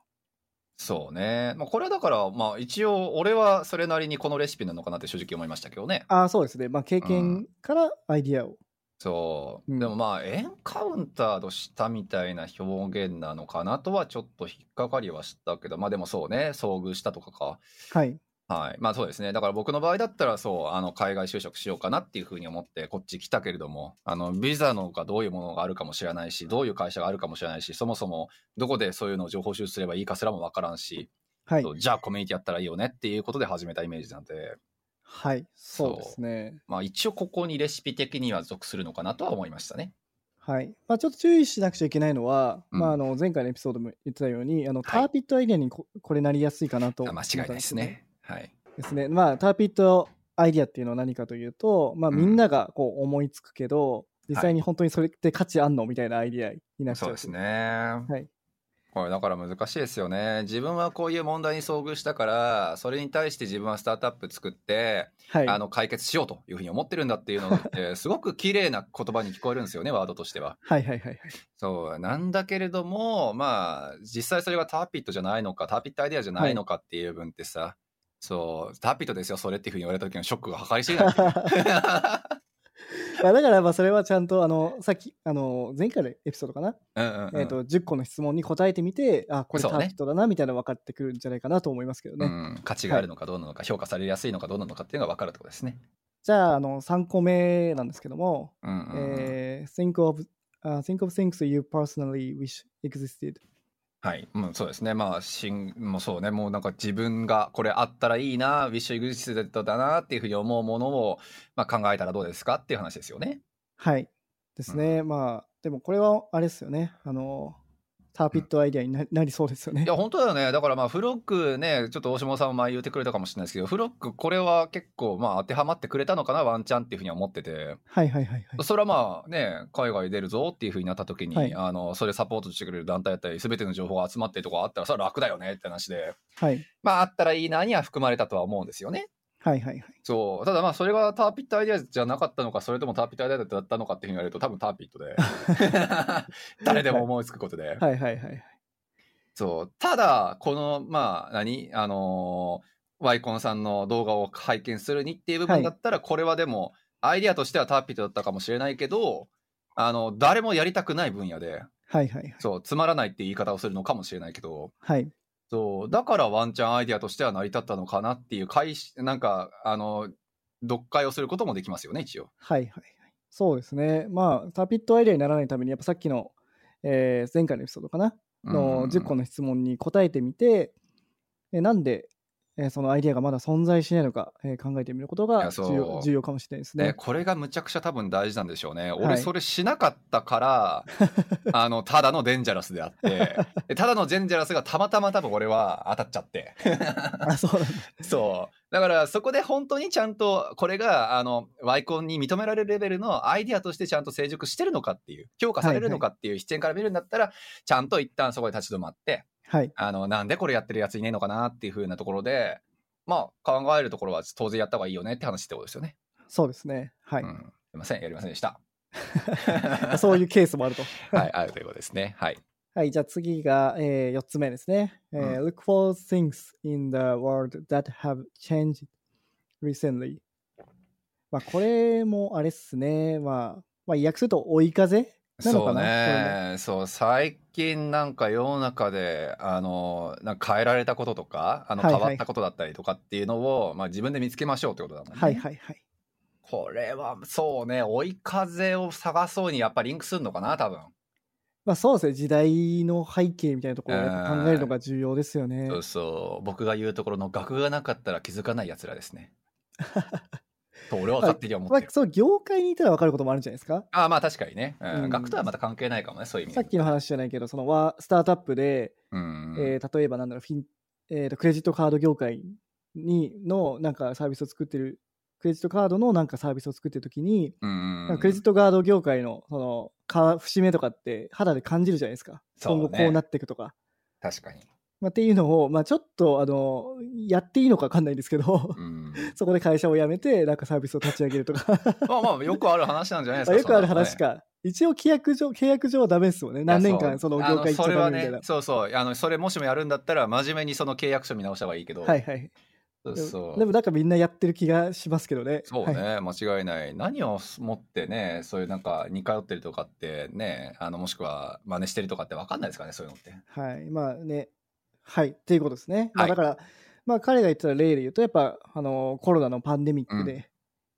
そうね。まあ、これはだから、まあ一応、俺はそれなりにこのレシピなのかなって正直思いましたけどね。ああそうですね、まあ、経験からアイディアを、そう。うんでもまあ、エンカウンターとしたみたいな表現なのかなとはちょっと引っかかりはしたけど、まあでもそうね、遭遇したとかか。はいはい。まあそうですね。だから僕の場合だったら、そう、あの、海外就職しようかなっていうふうに思って、こっち来たけれども、あの、ビザのがどういうものがあるかもしれないし、どういう会社があるかもしれないし、そもそもどこでそういうのを情報収集すればいいかすらもわからんし、はいそうじゃあコミュニティやったらいいよねっていうことで始めたイメージなんで、はいそうですねまあ一応ここにレシピ的には属するのかなとは思いましたね。はいまあ、ちょっと注意しなくちゃいけないのは、うんまあ、あの前回のエピソードも言ってたようにあはのいターピットアイデアにここれなりやすいかなとあ間違いないですね。はい。ですね。まあ、ターピットアイディアっていうのは何かというと、まあ、うんみんながこう思いつくけど、実は際いに本当にそれって価値あんのみたいなアイディアになっちゃう。そうですね。はい。これだから難しいですよね。自分はこういう問題に遭遇したから、それに対して自分はスタートアップ作って、はい。あの解決しようというふうに思ってるんだっていうの って、すごく綺麗な言葉に聞こえるんですよね、ワードとしては。はいはいはいはい。そうなんだけれども、まあ、実際それがターピットじゃないのか、ターピットアイデアじゃないのかっていう部分ってさ、そう、ターピットですよ、それっていうふうに言われた時のショックが計り知れない。まあだから、まあ、それはちゃんと、あの、さっき、あの、前回のエピソードかな、 うんうんうんえっと、10個の質問に答えてみて、あ、これタそうねーピットだな、みたいなの分かってくるんじゃないかなと思いますけどね。うん価値があるのかどうなのか、評価されやすいのかどうなのかっていうのが分かるってことですね。じゃあ、あの、3個目なんですけども、うんうんうんえー think of、あ think of things you personally wish existed. はい、うん、そうですね。まあ、しん、もうそうね、もうなんか自分がこれあったらいいな、ウィッシュエグジストだなっていうふうに思うものを、まあ、考えたらどうですかっていう話ですよね。はい。ですね。まあ、でもこれはあれですよね。あの、ターピットアイデアにな,、なりそうですよねいや、。本当だよね。だからまあ、フロックね、ちょっと大島さんも前言ってくれたかもしれないですけど、フロックこれは結構まあ、当てはまってくれたのかな、ワンチャンっていうふうには思ってて。はいはいはいはい。それはまあね、海外出るぞっていうふうになった時に、はいあの、それサポートしてくれる団体だったり、すべての情報が集まってるとこあったら、それは楽だよねって話で、はいまあ、あったらいいなには含まれたとは思うんですよね。はいはいはい。そう。ただまあ、それがターピットアイデアじゃなかったのか、それともターピットアイデアだったのかっていうふうに言われると、多分ターピット で。誰でも思いつくことで。はいはいはい。そう。ただ、この、まあ、何あのーワイコンさんの動画を拝見するにっていう部分だったら、これはでも、アイデアとしてはターピットだったかもしれないけど、あの、誰もやりたくない分野で、はいはいはい。そう、つまらないっていう言い方をするのかもしれないけど、はい。そう、だからワンチャンアイデアとしては成り立ったのかなっていう、開始、なんか、あの、読解をすることもできますよね、一応。はいはいはい。そうですね。まあ、ターピットアイデアにならないために、やっぱさっきの、えー前回のエピソードかな、の10個の。の質問に答えてみて、えなんで、えーそのアイデアがまだ存在しないのか、えー考えてみることいがやそう重要重要かもしれないですね、ね。これがむちゃくちゃ多分大事なんでしょうね。は俺いそれしなかった から、あの、ただのデンジャラスであ って、でただのデンジャラスがたまたま多分俺は当たっちゃ って。あ、そうなんだ。そう。だからそこで本当にちゃんと、これが、あの、ワイコンに認められるレベルのアイディアとしてちゃんと成熟してるのかっていう、評価されるのかっていう視点から見るんだったら、ちゃんと一旦そこで立ち止まって、はい。あの、なんでこれやってるやついねえのかなっていう風なところで、まあ、考えるところは当然やった方がいいよねって話ってことですよね。そうですね。はい。うん。すいません、やりませんでした。 そういうケースもあると。 はい、あるということですね。はい。はい、じゃあ次が、え4つ目ですね、えー Look for things in the world that have changed recently. まあこれもあれっすね。まあ、まあ、訳すると追い風なのそかうなね。そう、最近なんか世の中で、あの、なんか変えられたこととか、あの、はい変はいわったことだったりとかっていうのを、まあ自分で見つけましょうってことだもんね。はいはいはい。これは、そうね、追い風を探そうにやっぱリンクするのかな、多分。まあそうですね、時代の背景みたいなところをやっぱ考えるのが重要ですよねそ。うそう僕が言うところの学がなかったら気づかないやつらです ねと俺は勝手に思っまあてる、そう、業界にいたら分かることもあるんじゃないですか。ああまあ確かにね、うんうん学とはまた関係ないかもねそういう意味さでっきの話じゃないけど、そのわスタートアップで、うんうんえー例えばなんだろう、フィンえーとクレジットカード業界にのなんかサービスを作ってる、クレジットカードのなんかサービスを作ってるときに、うんなんかクレジットカード業界のそのか節目とかって肌で感じるじゃないですか。そうね今後こうなっていくとか。確かに、まあ、っていうのを、まあ、ちょっとあのやっていいのか分かんないんです けど、うん、そこで会社を辞めて、なんかサービスを立ち上げるとか、まあまあよくある話なんじゃないですまかあ よくあるそんなのね話か。一応契約上、契約上はダメですもんね。何年いや間そそうの業界行っちゃダメみたあのいそな。れはねそうそうあのそれもしもやるんだったら真面目にその契約書見直した方がいいけど、はいはい。そうでもそうでもなんかみんなやってる気がしますけどね。そうはいね、間違いない何を持ってねそういうなんか似通ってるとかってねあのもしくは真似してるとかって分かんないですかねそういうのってはい、まあね、はい、っていうことですね。まはあ、いだから、まあ、彼が言ってた例で言うと、やっぱ、あのコロナのパンデミックで、うん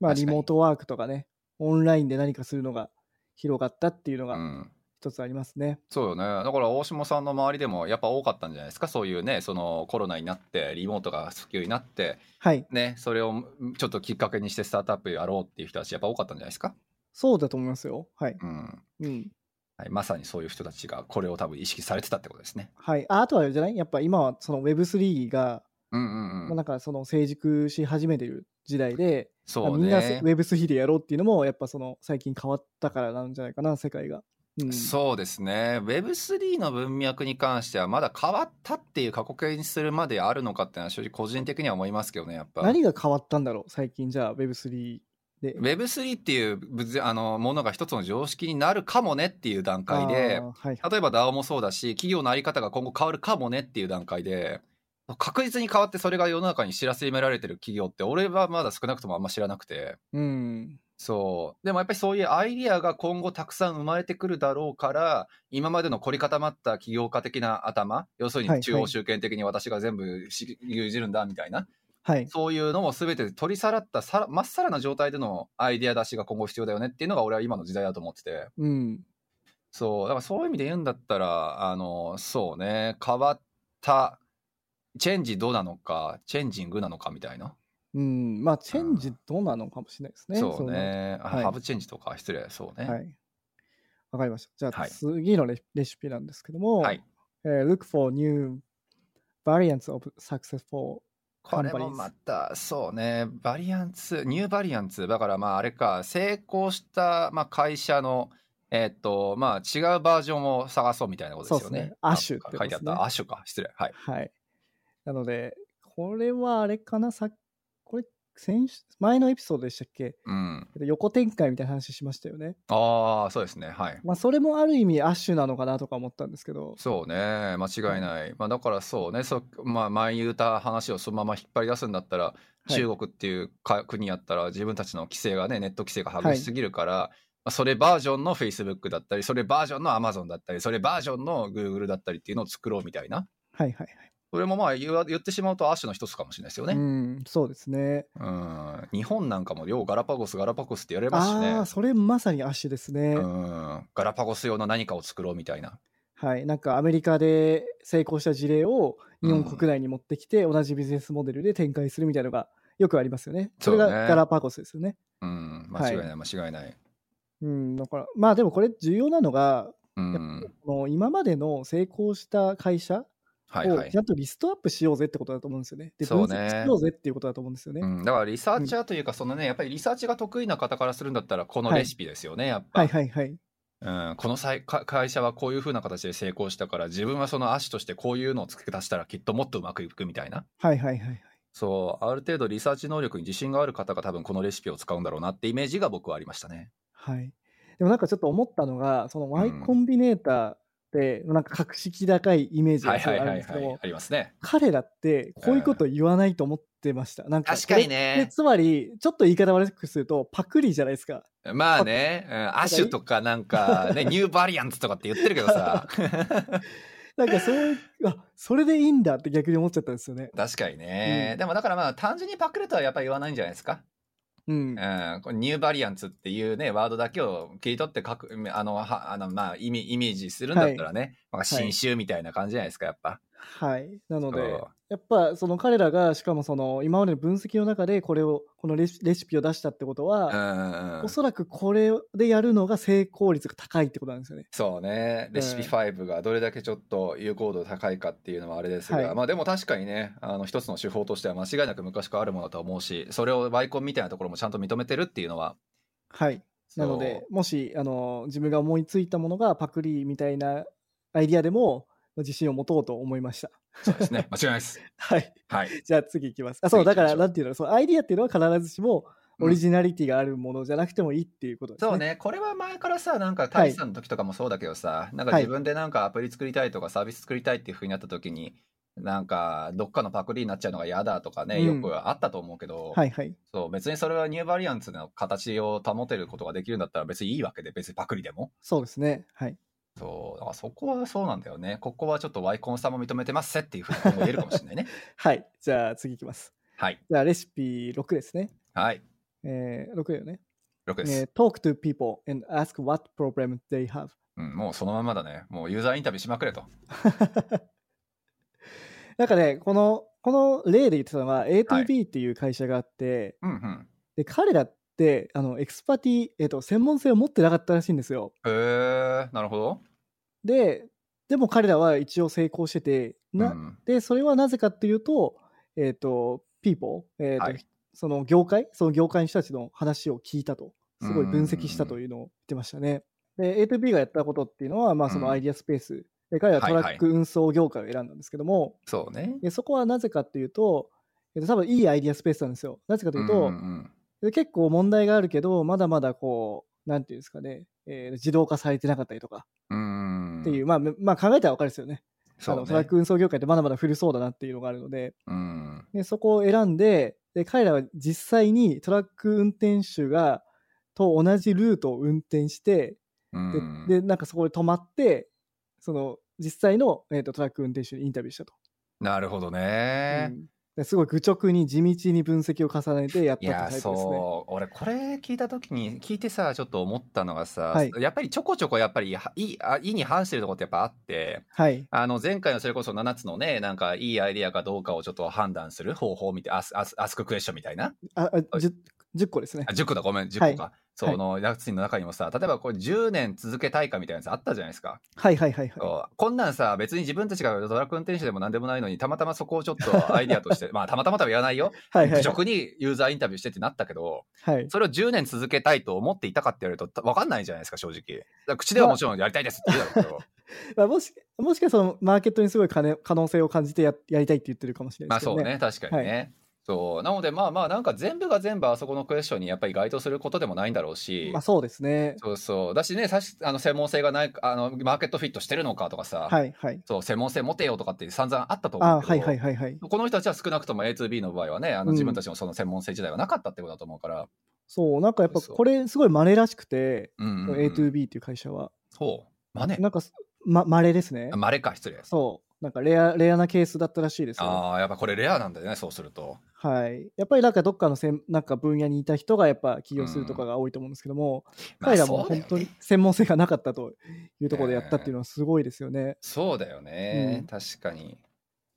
まあ、確リかにモートワークとかね、オンラインで何かするのが広がったっていうのうがん一つありますね。そうよねだから大下さんの周りでもやっぱ多かったんじゃないですかそういうねそのコロナになってリモートが普及になってはい、ねそれをちょっときっかけにしてスタートアップやろうっていう人たちやっぱ多かったんじゃないですか、そうだと思いますよ。はい。うんうん。はい、まさにそういう人たちがこれを多分意識されてたってことですねはい、ああとはあれじゃないやっぱ今はその Web3 が、うんうんまうあ、んなんかその成熟し始めてる時代で、まあそうみんなね Web3 でやろうっていうのも、やっぱその最近変わったからなんじゃないかな、世界が。うん、そうですね Web3 の文脈に関してはまだ変わったっていう過去形にするまであるのかっていうのは正直個人的には思いますけどねやっぱ何が変わったんだろう最近じゃあ Web3 で。 Web3 っていうぶぜあのものが一つの常識になるかもねっていう段階であーはい例えば DAO もそうだし企業の在り方が今後変わるかもねっていう段階で確実に変わってそれが世の中に知らせめられてる企業って俺はまだ少なくともあんま知らなくてうんそうでもやっぱりそういうアイディアが今後たくさん生まれてくるだろうから今までの凝り固まった起業家的な頭要するはいはにい中央集権的に私が全部し牛耳るんだみたいなはいそういうのも全て取りさらったさらまっさらな状態でのアイデア出しが今後必要だよねっていうのが俺は今の時代だと思ってて。うんそう、だからそういう意味で言うんだったら、あの、そうね、変わった、チェンジどうなのか、チェンジングなのかみたいな。うんまあチェンジどうなのかもしれないですね。そうね。あなるとはいハブチェンジとか、失礼、そうそうね。なるとはい。わかりました。じゃあ、はい次のレレシピなんですけども、はいえー Look for new variants of successful これもまた、そうね、バリアンツ、ニューバリアンツ、だからまああれか、成功した、まあ、会社の、えっと、まあ違うバージョンを探そうみたいなことですよね。そうですねアシュってこと書でいすてねあった、アシュか、失礼。はい。はい。なので、これはあれかなさっこれ先週前のエピソードでしたっけうん。横展開みたいな話しましたよね。ああ、そうですね、はい。まあ、それもある意味アッシュなのかなとか思ったんですけど、そうね間違いない、まあ、だからそうねそ、まあ、前言った話をそのまま引っ張り出すんだったら、い中国っていうか国やったら自分たちの規制がねネット規制が激しすぎるから、まあそれバージョンの Facebook だったりそれバージョンの Amazon だったりそれバージョンの Google だったりっていうのを作ろうみたいなはいはいそれもまあ言わ言ってしまうとアッシュの一つかもしれないですよはい。うね、ん、そうですね。うん、日本なんかもようガラパゴスガラパゴスってやれますしあねあ、それまさにアッシュですね。うん、ガラパゴス用の何かを作ろうみたいなはい。なんかアメリカで成功した事例を日うん本国内に持ってきて、同じビジネスモデルで展開するみたいなのがよくありますよね。そそうれねがガラパゴスですよね。うん間は違いいない間違いない、うん、だから、まあでもこれ重要なのが、うん、この今までの成功した会社はいはをいちゃんとリストアップしようぜってことだと思うんですよね。で、そうね分析しようぜっていうことだと思うんですよね。うん、だからリサーチャーというか、そのね、やっぱりリサーチが得意な方からするんだったら、このはいレシピですよね、やっぱ。はいはいはい。うん、このさいか会社はこういう風な形で成功したから、自分はその足としてこういうのを付け足したら、きっともっとうまくいくみたいな。はいはいはいはい。そう、ある程度リサーチ能力に自信がある方が多分このレシピを使うんだろうなってイメージが僕はありましたね。はい。でもなんかちょっと思ったのが、その Y うんコンビネーターって、なんか格式高いイメージはがいすはごいいあはるんいですけはども、い。ありますね。彼らってこういうこと言わないと思ってました。なんか確かにこれでね。つまり、ちょっと言い方悪くすると、パクリじゃないですか。まあね、うん、アシュとかなんか、ね、ニューバリアンツとかって言ってるけど さ。なんかそういう、あそれでいいんだって逆に思っちゃったんですよね。確かにね、うんでもだからまあ単純にパクるとはやっぱり言わないんじゃないですかうん。うん、これニューバリアンツっていうね、ワードだけを切り取って書く、あの、はあのまあイメ、イメージするんだったらね、まあ、新種みたいな感じじゃないですか、やっぱ。はい。なのでそう、やっぱその彼らが、しかもその今までの分析の中で、これを、このレシレシピを出したってことうは、んうんおそらくこれでやるのが成功率が高いってことなんですよね。そうね、レシピうん5がどれだけちょっと有効度高いかっていうのはあれですが、はいまあでも確かにね、あの一つの手法としては間違いなく昔からあるものだと思うし、それをワイコンみたいなところもちゃんと認めてるっていうのは、はい。なので、もし、あの、自分が思いついたものがパクリみたいなアイディアでも、自信を持とうと思いました。 そうそうですね、間違いないです。はい。はい。じゃあ次いきます。あ、そう、次行だきましかょら、うなんていうの、そのアイディアっていうのは必ずしも、うんオリジナリティがあるものじゃなくてもいいっていうことですね。そうね、これは前からさ、なんか、タイさんの時とかもそうだけどさ、なんかはい自分でなんかアプリ作りたいとかサービス作りたいっていう風になった時に、なんか、どっかのパクリになっちゃうのが嫌だとかね、うんよくあったと思うけど、はいはい。そう、別にそれはニューバリアンツの形を保てることができるんだったら別にいいわけで、別にパクリでも。そうですね。はい。そう、だからそこはそうなんだよね。ここはちょっとワイコンさんも認めてますせっていう風に言えるかもしれない ね。はい。じゃあ次いきます。はい。じゃあレシピ6ですね。はい。えー、6よね。 6です、えー Talk to people and ask what problem they have. うん。もうそのまんまだね。もうユーザーインタビューしまくれと。なんかね、この、この例で言ってたのははい ATB っていう会社があって、うんうん。で彼らってあのエクスパティ、えー、と専門性を持ってなかったらしいんですよ。へえー、なるほど。で、でも彼らは一応成功してて、なうん、で、それはなぜかっていうと、えっ、と、people、えーとはいその業界、その業界の人たちの話を聞いたと、すごい分析したうんうんうんというのを言ってましたね。で、A と B がやったことっていうのは、まあ、そのアイディアスペース、で彼らはトラック運送業界を選んだんですけども、そうね。でそこはなぜかっていうと、えーと多分いいアイディアスペースなんですよ。なぜかというと、んんんで結構問題があるけど、まだまだこう、なんていうんですかね、えー自動化されてなかったりとかうーんっていう、まあ、めまあ、考えたらわかるですよね。そあうのねトラック運送業界ってまだまだ古そうだなっていうのがあるので、うんでそこを選んでで彼らは実際にトラック運転手がと同じルートを運転してうんで,、でなんかそこで止まってその実際の、えー、とトラック運転手にインタビューしたと、なるほどうね、んですごい愚直に地道に分析を重ねてやっいたやってタイプですね。そう俺これ聞いた時に聞いてさちょっと思ったのがさ、はいやっぱりちょこちょこやっぱりはいいあ意に反してるところってやっぱあってはい、あの前回のそれこそ7つのねなんかいいアイディアかどうかをちょっと判断する方法みたいアスアスアスククエスチョンみたいなああ 10, 10個ですねあ。10個だごめん10個か、そのやつの中にもさ例えばこれ10年続けたいかみたいなやつあったじゃないですかはいはいはいはい。そうこんなんさ、別に自分たちがドラッグ運転手でも何でもないのに、たまたまそこをちょっ とアイディアとして、まあ、たまたまとは言わないよ。はいはい愚直にユーザーインタビューしてってなったけど、はい、それを10年続けたいと思っていたかって言われると、わかんないじゃないですか、正直。だから口ではもちろんやりたいですって言うだろうけど、まあ、もしもしかしたらそのマーケットにすごい可能可能性を感じてややりたいって言ってるかもしれな まいあですけどそうね、確かにね。そうなので、まあまあ、なんか全部が全部あそこのクエスチョンにやっぱり該当することでもないんだろうし、まあそうですね。そうそう、だしね、さしあの専門性がないあの、マーケットフィットしてるのかとかさ、はいはい。そう専門性持てよとかって散々あったと思あうーけど、はいはいはいはい。この人たちは少なくとも A2B の場合はね、あうのん自分たちのその専門性自体はなかったってことだと思うから、そう、なんかやっぱそうそうこれすごい稀らしくて、うんうんうん A2B っていう会社は。ほう、まね、なんかす、ま、稀ですねあ。まれか、失礼。そう。なんかレア、レアなケースだったらしいですよ。ああ、やっぱこれレアなんだよね、そうすると。はい。やっぱりなんかどっかのせん、なんか分野にいた人がやっぱ起業するとかが多いと思うんですけども、まあ彼らもそうだよ本ね当に専門性がなかったというところでやったっていうのはすごいですよね。そうだよね、うん確かに。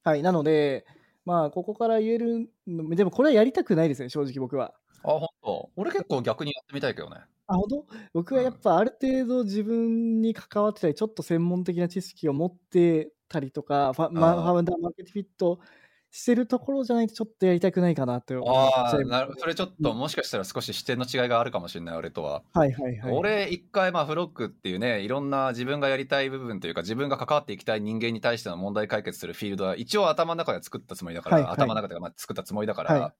はい。なので、まあ、ここから言えるの、でもこれはやりたくないですね、正直僕は。あ、本当。俺結構逆にやってみたいけどね。あ、本当僕はやっぱある程度自分に関わってたり、ちょっと専門的な知識を持ってたりとか、ファまあーあファウンダーマーケットフィットしてるところじゃないとちょっとやりたくないかなって思っあちゃあ、いまなるすそれちょっともしかしたら少し視点の違いがあるかもしれない、俺とは。はいはいはい。俺、一回、まあ、フロックっていうね、いろんな自分がやりたい部分というか、自分が関わっていきたい人間に対しての問題解決するフィールドは、一応頭の中で作ったつもりだから、はいはい頭の中でまあ作ったつもりだから、はい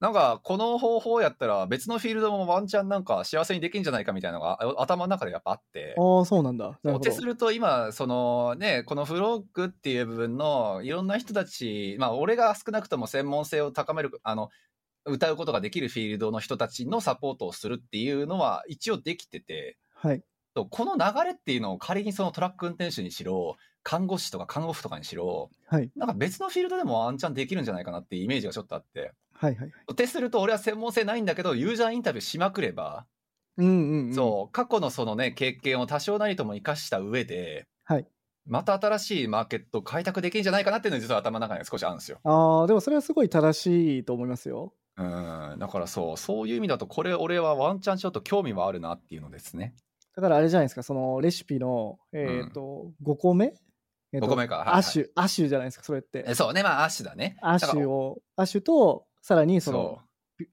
なんか、この方法やったら、別のフィールドもワンチャンなんか幸せにできんじゃないかみたいなのが、あ頭の中でやっぱあって。ああ、そうなんだ。なるおほ手どす。ると今そのねこのフロックっていう部分のいろんな人たちまあ俺が少なくとも専門性を高めるあの歌うことができるフィールドの人たちのサポートをするっていうのは一応できててはい。とこの流れっていうのを仮にそのトラック運転手にしろ看護師とか看護婦とかにしろはい。なんか別のフィールドでもワンチャンできるんじゃないかなっていうイメージがちょっとあってはいはいはい。ってすると俺は専門性ないんだけどユーザーインタビューしまくれば、うんうん、うん。そう過去のそのね経験を多少なりとも生かした上で、はいまた新しいマーケットを開拓できるんじゃないかなっていうのが実は頭の中には少しあるんですよ。ああ、でもそれはすごい正しいと思いますよ。うんだからそうそういう意味だとこれ俺はワンチャンちょっと興味はあるなっていうのですね。だからあれじゃないですか、そのレシピの、えっ、と、5個目えーと5個目かはいはいアシュ、アシュじゃないですか、それってえ。そうねまあアッシュだね。アシだからュを、アシュと、さらにそのそ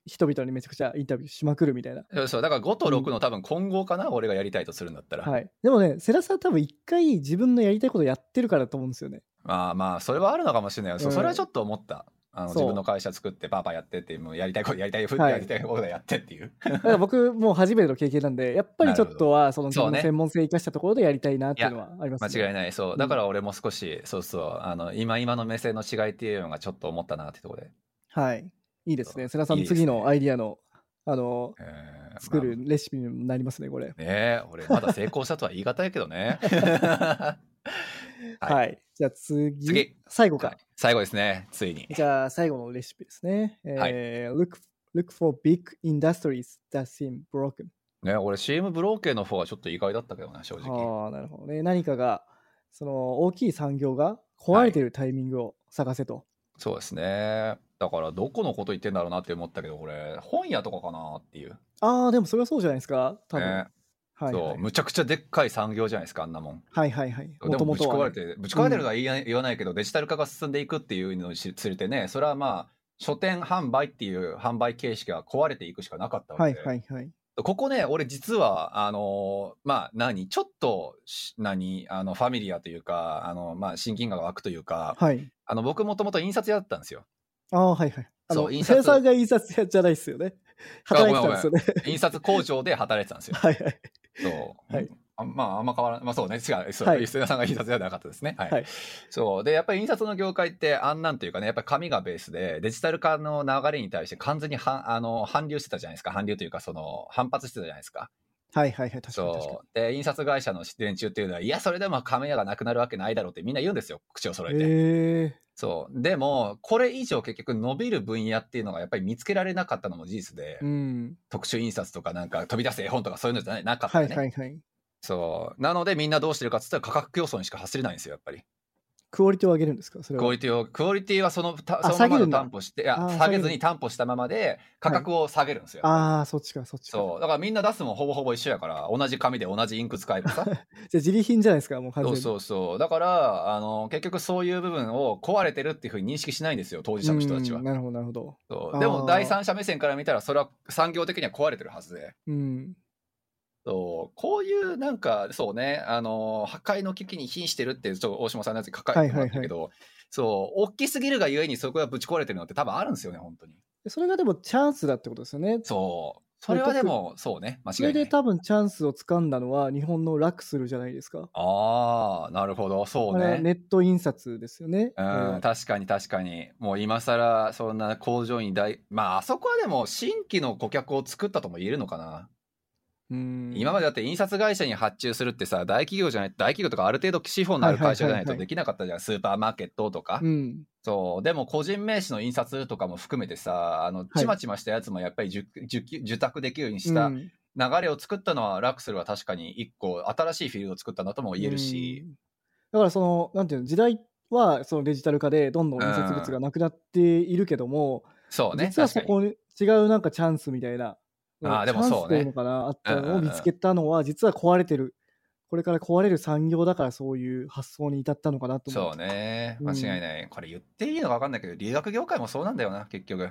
人々にめちゃくちゃインタビューしまくるみたいな。うそうだから5と6の多分混合かな、俺がやりたいとするんだったら、はい。でもね、世良さん多分一回自分のやりたいことやってるからだと思うんで すよね。まあまあそれはあるのかもしれないよ、そうんそれはちょっと思ったあのそう自分の会社作ってパーパーやってってもうやりたいことやりたいふはいやりたいことやってっていうだから僕、もう初めての経験なんで、やっぱりちょっとは、その自そう分ねの専門性生かしたところでやりたいなっていうのはありますね。間違いい。ないそうだから俺も少しそうそうあの今今の目線の違いっていうのがちょっと思ったなってところで、はい。いいですね。世良さいん、いですね次のアイディアの、あの、えーまあ作るレシピになりますね、これ。ねえ俺まだ成功したとは言い難いけど ねはいはい。じゃあ次。次最後か。最後ですねついにじゃあ最後のレシピですね。えー look, look for big industries that seem broken. ね俺 CM ブローケの方はちょっと意外だったけどな正直ああ、なるほどね。何かが、その大きい産業が壊れてるタイミングを探せと。そうですねだからどこのこと言ってんだろうなって思ったけどこれ本屋とかかなっていうああ、でもそれはそうじゃないですか。多分。ねはいそう、はい、むちゃくちゃでっかい産業じゃないですかあんなもんはいはいはい。でももともぶちと壊れはね、て、ぶち壊れてるとは言え言わないけどデジタル化が進んでいくっていうのにしつれてねそれはまあ書店販売っていう販売形式が壊れていくしかなかったわはいけで、はいはい。ここね俺実はあのーまあ何ちょっとし何あのファミリアというかあの、まあ、親近感が湧くというかはい。あの僕もともと印刷屋だったんですよああ、はいはい。あその、う生印産刷さんが印刷屋じゃないですよね。働いてたんですよね。印刷工場で働いてたんですよはいはい。そう。はいあまあ、あんま変わらない。まあそうね。違う。そう。はい吉田さんが印刷ではなかったですね。はい。はいそう。で、やっぱり印刷の業界って、あんなんというかね、やっぱり紙がベースで、デジタル化の流れに対して完全に反あの反流してたじゃないですか。反流というか、その、反発してたじゃないですか。はいはいはい。確かに確かにそう。で、印刷会社の連中っていうのは、いや、それでも紙屋がなくなるわけないだろうってみんな言うんですよ。口を揃えて。えそう。でも、これ以上結局伸びる分野っていうのがやっぱり見つけられなかったのも事実で、えうん。特殊印刷とかなんか飛び出す絵本とかそういうのじゃないなかったはね。いはいはい。そう。なのでみんなどうしてるかっつったら価格競争にしか走れないんですよ、やっぱり。クオリティを上げるんですかそれは。クオリティを、クオリティはそのたあそのま下げまるでんだ担保して、いやあー下げず下げにる担保したままで価格を下げるんですよ。ああ、そっちか、そっちか。そう。だからみんな出すもんほぼほぼ一緒やから、同じ紙で同じインク使えばさ。 じゃあ自利品じゃないですか、もう完そ全うに。そうそう。だから、あの、結局そういう部分を壊れてるっていうふうに認識しないんですよ、当事者の人たちはうん。なるほど、なるほど。そうであもー第三者目線から見たら、それは産業的には壊れてるはずで。うん。そうこういうなんかそうねあの破壊の危機に瀕してるってちょっと大島さんのやつに書かれてましたけど、そう大きすぎるがゆえにそこがぶち壊れてるのって多分あるんですよね本当にそれがでもチャンスだってことですよね。そうそれはでもそうね間そ違れいなでい多分チャンスを掴んだのは日本のラクスルじゃないですか。ああなるほどそうあれはねネット印刷ですよね。うん、確かに確かにもう今更そんな工場に大まああそこはでも新規の顧客を作ったとも言えるのかなうん今までだって印刷会社に発注するってさ大企業じゃない大企業とかある程度資本のある会社じゃないとできなかったじゃんスーパーマーケットとか、うん。そう、でも個人名詞の印刷とかも含めてさ、あの、いちまちましたやつもやっぱり受受受託できるようにしたうん流れを作ったのは、ラクスルは確かに一個新しいフィールドを作ったなとも言えるしう、んだからその、なんていうの、時代はそのデジタル化でどんどん印刷物がなくなっているけども、そうね、実は確かそに。こに違うなんかチャンスみたいな、あーでもチャンそうねスというのかな、あったうんうんのうをん見つけたのは、実は壊れてる、これから壊れる産業だから、そういう発想に至ったのかなと思。そううね、うん間違いない。これ言っていいのか分かんないけど、留学業界もそうなんだよな、結局。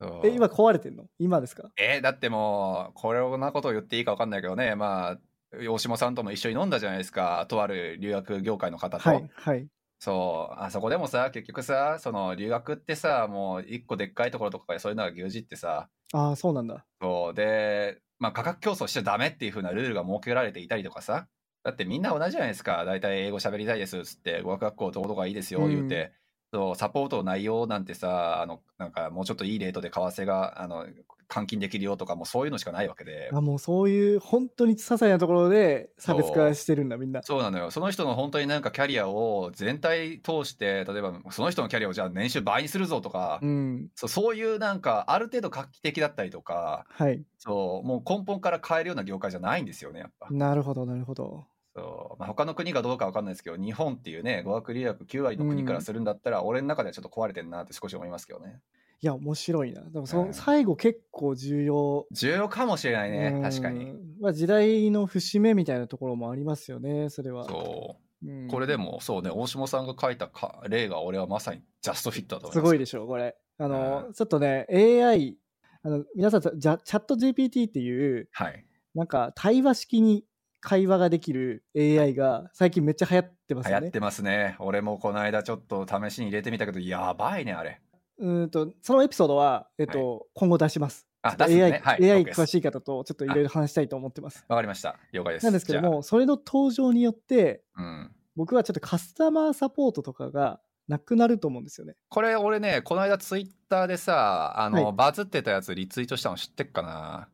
そう え、今壊れてんの今ですかえーだってもう、これなことを言っていいか分かんないけどね、まあ、大島さんとも一緒に飲んだじゃないですか、とある留学業界の方と。はい、はい。そう、あそこでもさ、結局さ、その留学ってさ、もう一個でっかいところとかでそういうのが牛耳ってさ、ああ、そうなんだ。そう、で、まあ価格競争しちゃダメっていう風なルールが設けられていたりとかさ、だってみんな同じじゃないですか、大体英語喋りたいですっつって、語学学校どこどこがいいですよ、うん言うて、そう、サポートの内容なんてさ、あの、なんかもうちょっといいレートで為替が、あの、換金できるよとかもうそういうのしかないわけであもうそういう本当に些細なところで差別化してるんだみんなそうなのよその人の本当になんかキャリアを全体通して例えばその人のキャリアをじゃあ年収倍にするぞとか、うんそうそういうなんかある程度画期的だったりとかはいそうもう根本から変えるような業界じゃないんですよねやっぱ。なるほどなるほどそうまあ、他の国がどうかわかんないですけど日本っていうね語学留学9割の国からするんだったら、俺の中ではちょっと壊れてんなって少し思いますけどねいや面白いなでもそうんの最後結構重要重要かもしれないね、うん確かに。まあ、時代の節目みたいなところもありますよねそれは、そうんうこれでもそうね大下さんが書いたか例が俺はまさにジャストフィットだと思いすますごいでしょこれあの、うちょっとね AI あの皆さんじゃチャット GPT っていうはいなんか対話式に会話ができる AI が最近めっちゃ流行ってます流よ行っねてますね俺もこの間ちょっと試しに入れてみたけどやばいねあれうーんとそのエピソードは、えっと今後出しますあちょっと出す AI,、のねはい AI OK です詳しい方とちょっといろいろ話したいと思ってますわかりました了解ですなんですけどじゃもそれの登場によってあうん、僕はちょっとカスタマーサポートとかがなくなると思うんですよねこれ俺ねこの間ツイッターでさあの、はいバズってたやつリツイートしたの知ってっかな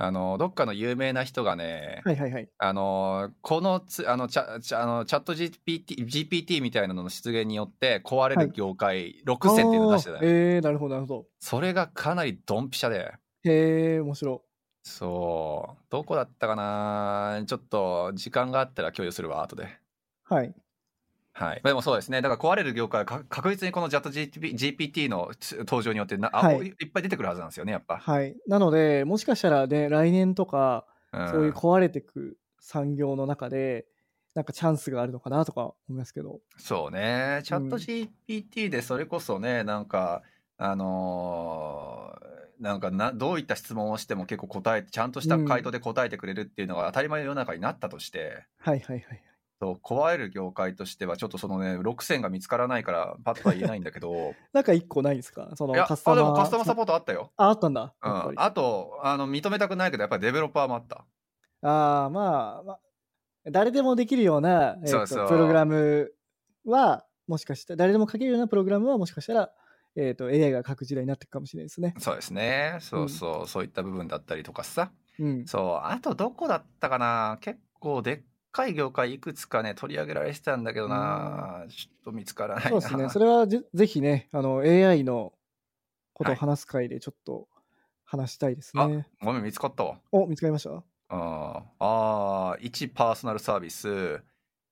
あのどっかの有名な人がね、はいはいはいあのこのつあのチャチャあのチャット GPT, GPT みたいなのの出現によって壊れはるい業界6000っていうのを出してたよあねーえー、なるほどなるほどそれがかなりドンピシャでへえ面白そうどこだったかなちょっと時間があったら共有するわ後でいはいはい、でもそうですね、だから壊れる業界はか確実にこの JATGPT のつ登場によってな、あはいおいっぱい出てくるはずなんですよね、やっぱ。はいなのでもしかしたらね来年とかうんそういう壊れてく産業の中でなんかチャンスがあるのかなとか思いますけどそうね、チャット GPT でそれこそね、なんか、あのーなんかな、どういった質問をしても結構答えて、ちゃんとした回答で答えてくれるっていうのが当たり前の世の中になったとして、はいはいはいそう壊れる業界としては、ちょっとそのね、6000が見つからないから、パッとは言えないんだけど、なんか一個ないです かそのいや、カスタあでマもーカスタマーサポートあったよ。ああったんだうやっぱんり、あとあの、認めたくないけど、やっぱりデベロッパーもあった。ああまあ、まあ、誰でもできるような、えーとそうそうプログラムはもしかしたら誰でも書けるようなプログラムはもしかしたら、えー、と AI が書く時代になっていくかもしれないですね。そうですね。そうそう、そういった部分だったりとかさ。うん、そう、あとどこだったかな結構でっかい業界いくつかね、取り上げられてたんだけどな、ちょっと見つからないな。そうですね。それはぜぜひね、あの AI のことを話す会でちょっと話したいですね。ごめん、見つかったわ。お、見つかりましたうんあー、1パーソナルサービス。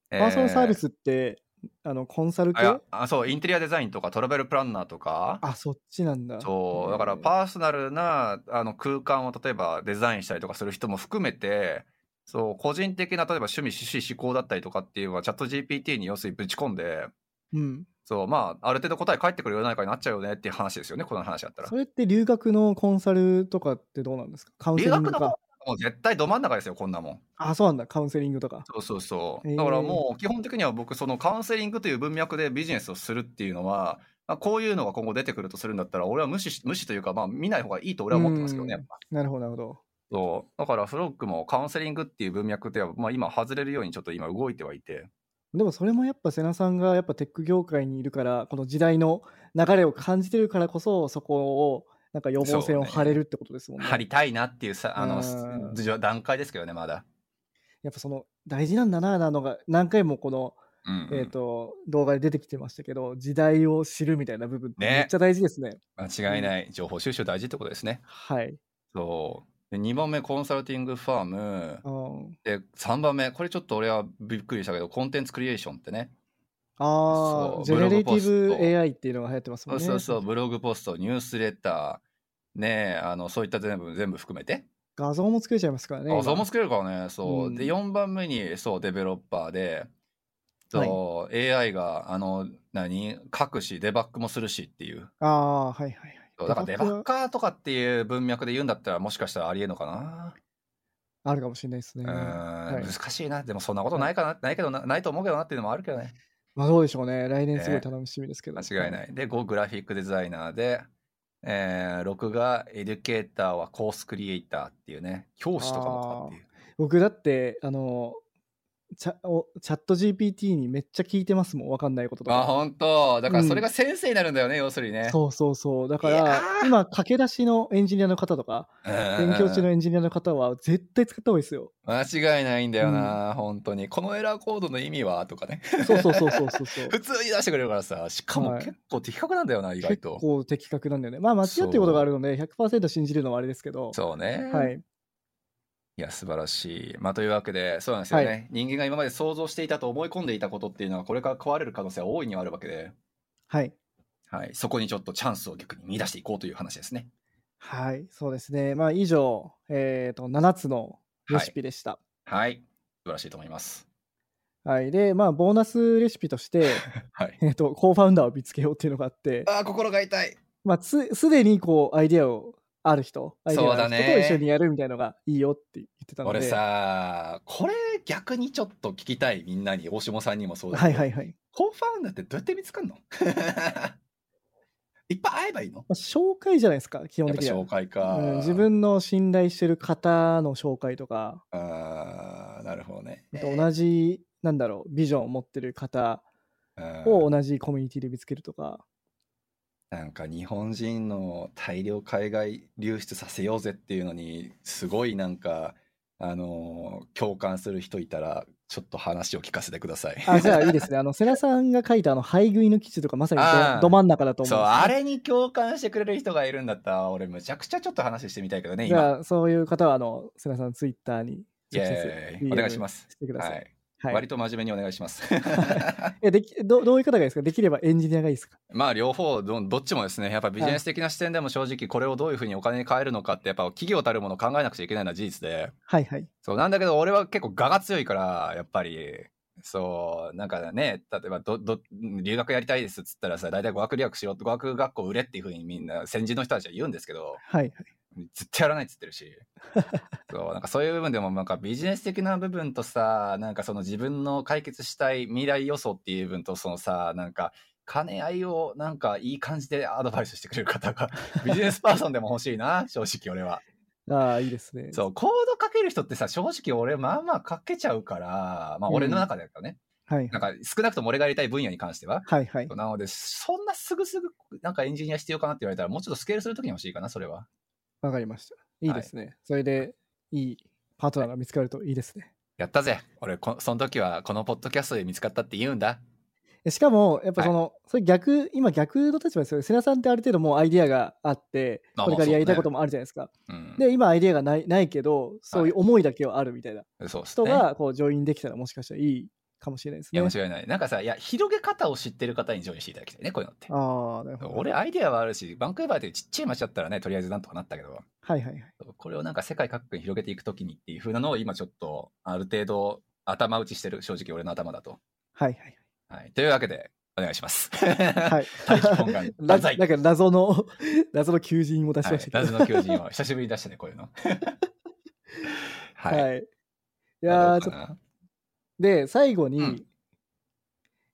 パパーソナルサービスって、あのコンサルあい系やあそう、インテリアデザインとかトラベルプランナーとか。あ、そっちなんだ。そうだからパーソナルなあの空間を例えばデザインしたりとかする人も含めてそう個人的な例えば趣味趣旨思考だったりとかっていうのはチャット GPT に要するにぶち込んでうん。そうまあある程度答え返ってくる世の中になっちゃうよねっていう話ですよねこの話だったらそ。れって留学のコンサルとかってどうなんですかカウンセ留リン学グのと方か。もう絶対ど真ん中ですよこんなもん。あ、そうなんだ。カウンセリングとか。そうそうそうへーだからもう基本的には僕そのカウンセリングという文脈でビジネスをするっていうのはまあこういうのが今後出てくるとするんだったら俺は無視し無視というかまあ見ない方がいいと俺は思ってますけどねやうんっぱ。なるほど、なるほど。そうだからフロックもカウンセリングっていう文脈では、まあ、今外れるようにちょっと今動いてはいてでもそれもやっぱ瀬名さんがやっぱテック業界にいるからこの時代の流れを感じてるからこそそこをなんか予防線を張れるってことですもんね。張りたいなっていうさあのうんじょ段階ですけどねまだ。やっぱその大事なんだなあのが何回もこの、うんうんえー、と動画で出てきてましたけど時代を知るみたいな部分ってねめっちゃ大事ですね。間違いない情報収集大事ってことですね。はい、そうで2番目コンサルティングファームうん、で3番目これちょっと俺はびっくりしたけどコンテンツクリエーションってねあそあうジェネレブロテグィポスブト AI っていうのが流行ってますそもんうね。そうそうブログポストニュースレターねえあのそういった全部全部含めて画像も作れちゃいますからね。あ、今そうも作れるからね。そう。うんで、4番目に、そう、デベロッパーで、そう、AI が、あの、何書くし、デバッグもするしっていう。ああーはいはいはい。そうだからデバッはカーとかっていう文脈で言うんだったら、もしかしたらありえんのかな。あるかもしれないですね。うーはん、い難しいな。でもそんなことないかな、ないけどな、ないと思うけどなっていうのもあるけどね。まあどうでしょうね。来年すごいね楽しみですけど。間違いない。で、5、グラフィックデザイナーで、えー、6がエデュケーターはコースクリエイターっていうね、教師とかもかっていう。僕だってあのチャおチャット GPT にめっちゃ聞いてますもん、わかんないこととあ、か。本当。だからそれが先生になるんだよね、要するにね。そうそうそう。だかいやら、今、駆け出しのエンジニアの方とか、勉勉強中のエンジニアの方は絶対使った方がいいですよ。間違いないんだよな、本当に。このエラーコードの意味はとかね。そうそうそうそうそうそう。普通に出してくれるからさ、しかもはい結構的確なんだよ な、意外と結。構的確なんだよね。まあ間違ってることがあるので100%信じるのはあれですけど。そうね。。はいい。や、素晴らしい。まあ、というわけで、そうなんですよね、は人間が今まで想像していたと思い込んでいたことっていうのは、これから壊れる可能性は大いにあるわけで、はい。はい。そこにちょっとチャンスを逆に見出していこうという話ですね。はい。そうですね。まあ以上、えっ、と、7つのレシピでした。はい。素晴らしいと思います。はい。で、まあボーナスレシピ として、はい。えっと、コーファウンダーを見つけようっていうのがあって、ああ、心が痛い。まあつ、すでにこう、アイデアを、ある人、アイデアそうがだあるね人と一緒にやるみたいのがいいよって言ってたので。俺さ、これ逆にちょっと聞きたい、みんなに、大下さんにもそうだけどはいはいはい。コンファウンダーってどうやって見つかるの いっぱい会えばいいのまあ、紹介じゃないですか、基や本っぱ的には。紹介か。うん自分の信頼してる方の紹介とか、あーなるほどね。あと同じ、なんだろう、ビジョンを持ってる方うをん同じコミュニティで見つけるとか、なんか日本人の大量海外流出させようぜっていうのにすごいなんかあのー共感する人いたらちょっと話を聞かせてください。あじゃあいいですね、あの、瀬名さんが書いたあの、配食いの記事とか、まさにあーどど真ん中だと思そうう、んですねあれに共感してくれる人がいるんだったら、俺むちゃくちゃちょっと話してみたいけどね、じ今。ゃあ、そういう方は、あの、瀬名さん、ツイッターにイ直エー接イ DM お願いしますしてくだはさいい。。はい。割と真面目にお願いします。 えできどどういう方がいいですかできればエンジニアがいいですかまあ両方どどっちもですねやっぱビジネス的な視点でも正直これをどういうふうにお金に変えるのかってやっぱ企業たるものを考えなくちゃいけないのは事実ではいはい。そうなんだけど俺は結構我が強いからやっぱりそうなんかね例えばどど留学やりたいですっつったらさ大体語学留学しろ語学学校売れっていうふうにみんな先人の人たちは言うんですけどはい絶対やらないっつってるしそうなんかそういう部分でもなんかビジネス的な部分とさなんかその自分の解決したい未来予想っていう部分とそのさなんか兼ね合いをなんかいい感じでアドバイスしてくれる方がビジネスパーソンでも欲しいな正直俺ははい。ああ、いいですね。そうコードかける人ってさ正直俺まあまあかけちゃうからまあ俺の中でだけどね、はいなんか少なくとも俺がやりたい分野に関してははいはい。なのでそんなすぐすぐなんかエンジニア必要かなって言われたらもうちょっとスケールするときに欲しいかなそれはわかりました。いいですね。それで、いいパートナーが見つかるといいですね。やったぜ俺こその時はこのポッドキャストで見つかったって言うんだえしかも、やっぱはいその、それ逆、今逆の立場ですよね。瀬名さんってある程度もうアイディアがあって、あこまれかあそうらねやりたいこともあるじゃないですか。うんで、今アイディアがないないけど、そういう思いだけはあるみたいなそうです人ねが、こう、ジョインできたらもしかしたらいいかもしれないですいね。や間違いないなんかさいや広げ方を知ってる方に上ョインしていただきたいねこういうのってああ、なるほど。俺アイデアはあるしバンクーバーっていうちっちゃい町だったらねとりあえずなんとかなったけどはいはいはい。これをなんか世界各国に広げていくときにっていう風なのを今ちょっとある程度頭打ちしてる正直俺の頭だと、はいはい。はい、というわけでお願いしますはい 大気本願。な万歳なんか謎の、 謎の求人を出しはいましたけど。謎の巨人を久しぶりに出したねこういうのはい、い、はい。いやーちょっと、で、最後うんに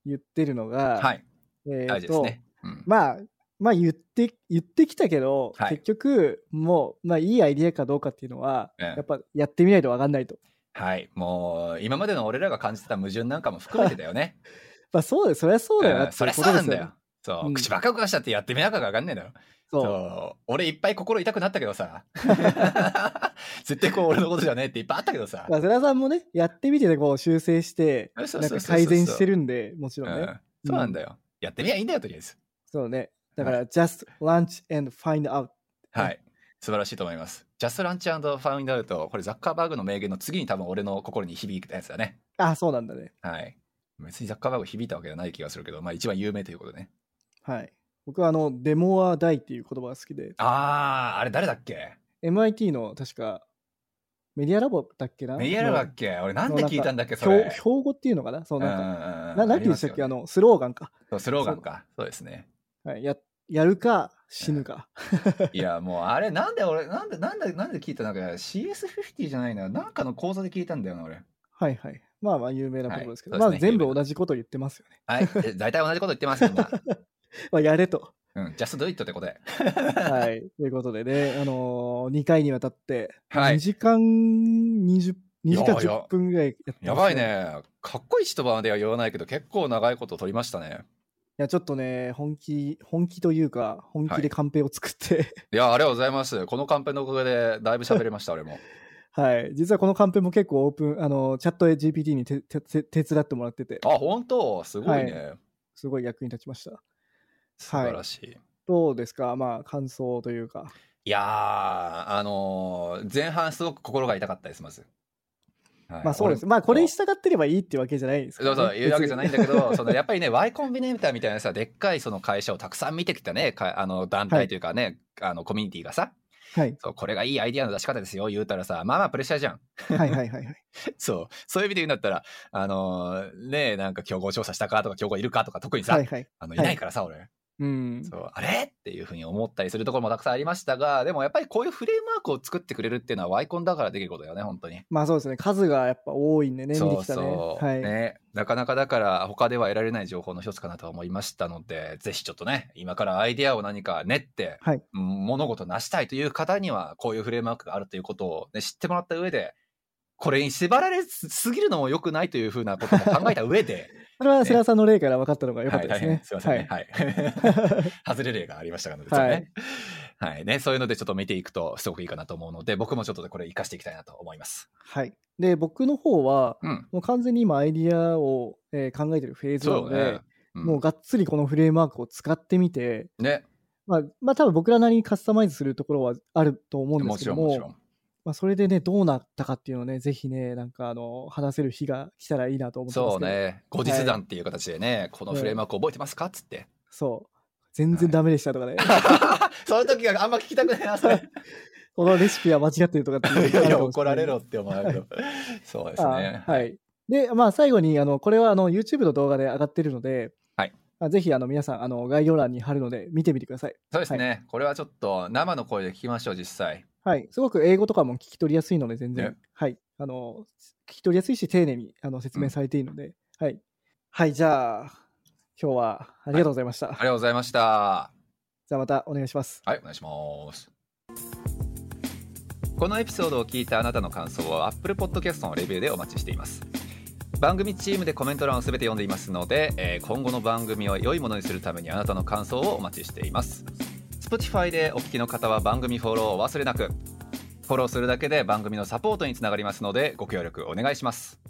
言ってるのが、はいえ大ー事ですと、ね、うんまあ、まあ言って、言ってきたけど、はい結局、もう、まあいいアイディアかどうかっていうのは、ええやっぱやってみないとわかんないと。はい、もう今までの俺らが感じてた矛盾なんかも含めてだよね。まあそうだよ、そりゃそうだよなってそりゃこそとうでなすんだよ。。そう、うん口ばっか動かしたってやってみなかがわかんねえだろ。そう。そう、俺いっぱい心痛くなったけど さ。絶対こう俺のことじゃねえっていっぱいあったけどさ。まあ、世良さんもね、やってみて、こう、修正して、そうなんそうそうそうか改善してるんで、もちうろんね。ん、そうなんだよ。やってみりゃいいんだよとりあえず。そうね。だから、just lunch and find out。はい。素晴らしいと思います。ジャストランチファウンドアウト、これザッカーバーグの名言の次に多分俺の心に響いたやつだね。あ、そうなんだね。はい。別にザッカーバーグ響いたわけじゃない気がするけど、まあ一番有名ということでね。はい。僕は、あの、デモアダイっていう言葉が好きで、あー、あれ誰だっけ MIT の、確か、メディアラボだっけなメディアルだっけ俺なんで聞いたんだっけそ標れ。標語っていうのかなそう、なんか、かななんて言うんでしたっけあの、スローガンか。のスローガンかそうですねはい、ややるか死ぬか。いやもうあれなんで俺なんでなんでなんで聞いたなんか CS50 じゃないななんかの講座で聞いたんだよな俺はいはい。まあまあ有名なことですけど、はいそうまであすね全部同じこと言ってますよね。はい え大体同じこと言ってますよ今まあやれと。うんジャストドイットってことではい。ということでね、あのー、2回にわたって、はい2時間20 2時間いやいや10分ぐらいやってましたやばい。ね。かっこいい一晩では言わないけど、結構長いこと取りましたね。いや、ちょっとね、本気、本気というか、本気でカンペを作って、いや、ありがとうございます。このカンペのおかげで、だいぶ喋れました、俺も。はい、実はこのカンペも結構オープン、あの、チャット GPT にててて手伝ってもらってて、あ、本当すごいね。すごい役に立ちました。素晴らしい。い、どうですかまあ、感想というか。やー、あのー前半すごく心が痛かったです、まず。はいまあそうです。俺まあ、これに従ってればいいってわけじゃないですか、そうそう、言うわけじゃないんだけ別に。 ど、そのやっぱりね、Y コンビネーターみたいなさ、でっかいその会社をたくさん見てきたね、かあの団体というかね、あのコミュニティがさ、はい、そう、これがいいアイディアの出し方ですよ、言うたらさ、まあまあプレッシャーじゃん。 はいはいはいはい。そう、そういう意味で言うんだったら、あのーねえ、なんか競合調査したかとか、競合いるかとか、特にさ、はいはい。あのいはいないからさ、俺、うん。そう、あれっていうふうに思ったりするところもたくさんありましたが、でもやっぱりこういうフレームワークを作ってくれるっていうのは、ワイコンだからできることだよね、本当に。まあそうですね。数がやっぱ多いんでね、見てきたね。はい。ねなかなかだから他では得られない情報の一つかなとは思いましたのでぜひちょっとね今からアイデアを何か練って、はいうん物事を成したいという方にはこういうフレームワークがあるということを、ね、知ってもらった上でこれに縛られすぎるのも良くないというふうなことも考えた上 でそれは世良さんの例から分かったのが良かったですはい、大ね変。すいませんね、はい 外れ例がありましたからね,実はね、はいねそういうのでちょっと見ていくとすごくいいかなと思うので僕もちょっとこれ活かしていきたいなと思います。はい。で、僕の方は、うん、もう完全に今アイディアを、えー考えてるフェーズなそのうで、ね、うんもうがっつりこのフレームワークを使ってみて、ねまあ、まあ多分僕らなりにカスタマイズするところはあると思うんでもすけちどろんも、もちろん。まあ、それでね、どうなったかっていうのをね、ぜひね、なんかあの、話せる日が来たらいいなと思ってますそうけど。ね後日談っていう形でね、このフレームワーク覚えてますかっつって、そう。全然ダメでしたとかね。そういう時はあんま聞きたくないなそれ このレシピは間違ってるとかっていういのやがあいるや かもし怒ならいれろって思うけどそうですねあはい。で、まあ、最後に、あの、これは、あの、YouTube の動画で上がってるので、はいあ。ぜひ、あの、皆さん、あの、概要欄に貼るので、見てみてください。そうですね、これはちょっと生の声で聞きましょう実際はい。すごく英語とかも聞き取りやすいので、全然。ねはい。あの、聞き取りやすいし、丁寧に、あの、説明されていいので、はい。はい、じゃあ、今日はありがとうございました。ありがとうございましたはじゃあ、またお願いします。いお願いしますこのエピソードを聞いたあなたの感想は Apple Podcast のレビューでお待ちしています番組チームでコメント欄を全て読んでいますので、えー今後の番組を良いものにするためにあなたの感想をお待ちしています Spotify でお聞きの方は番組フォローをお忘れなくフォローするだけで番組のサポートにつながりますのでご協力お願いします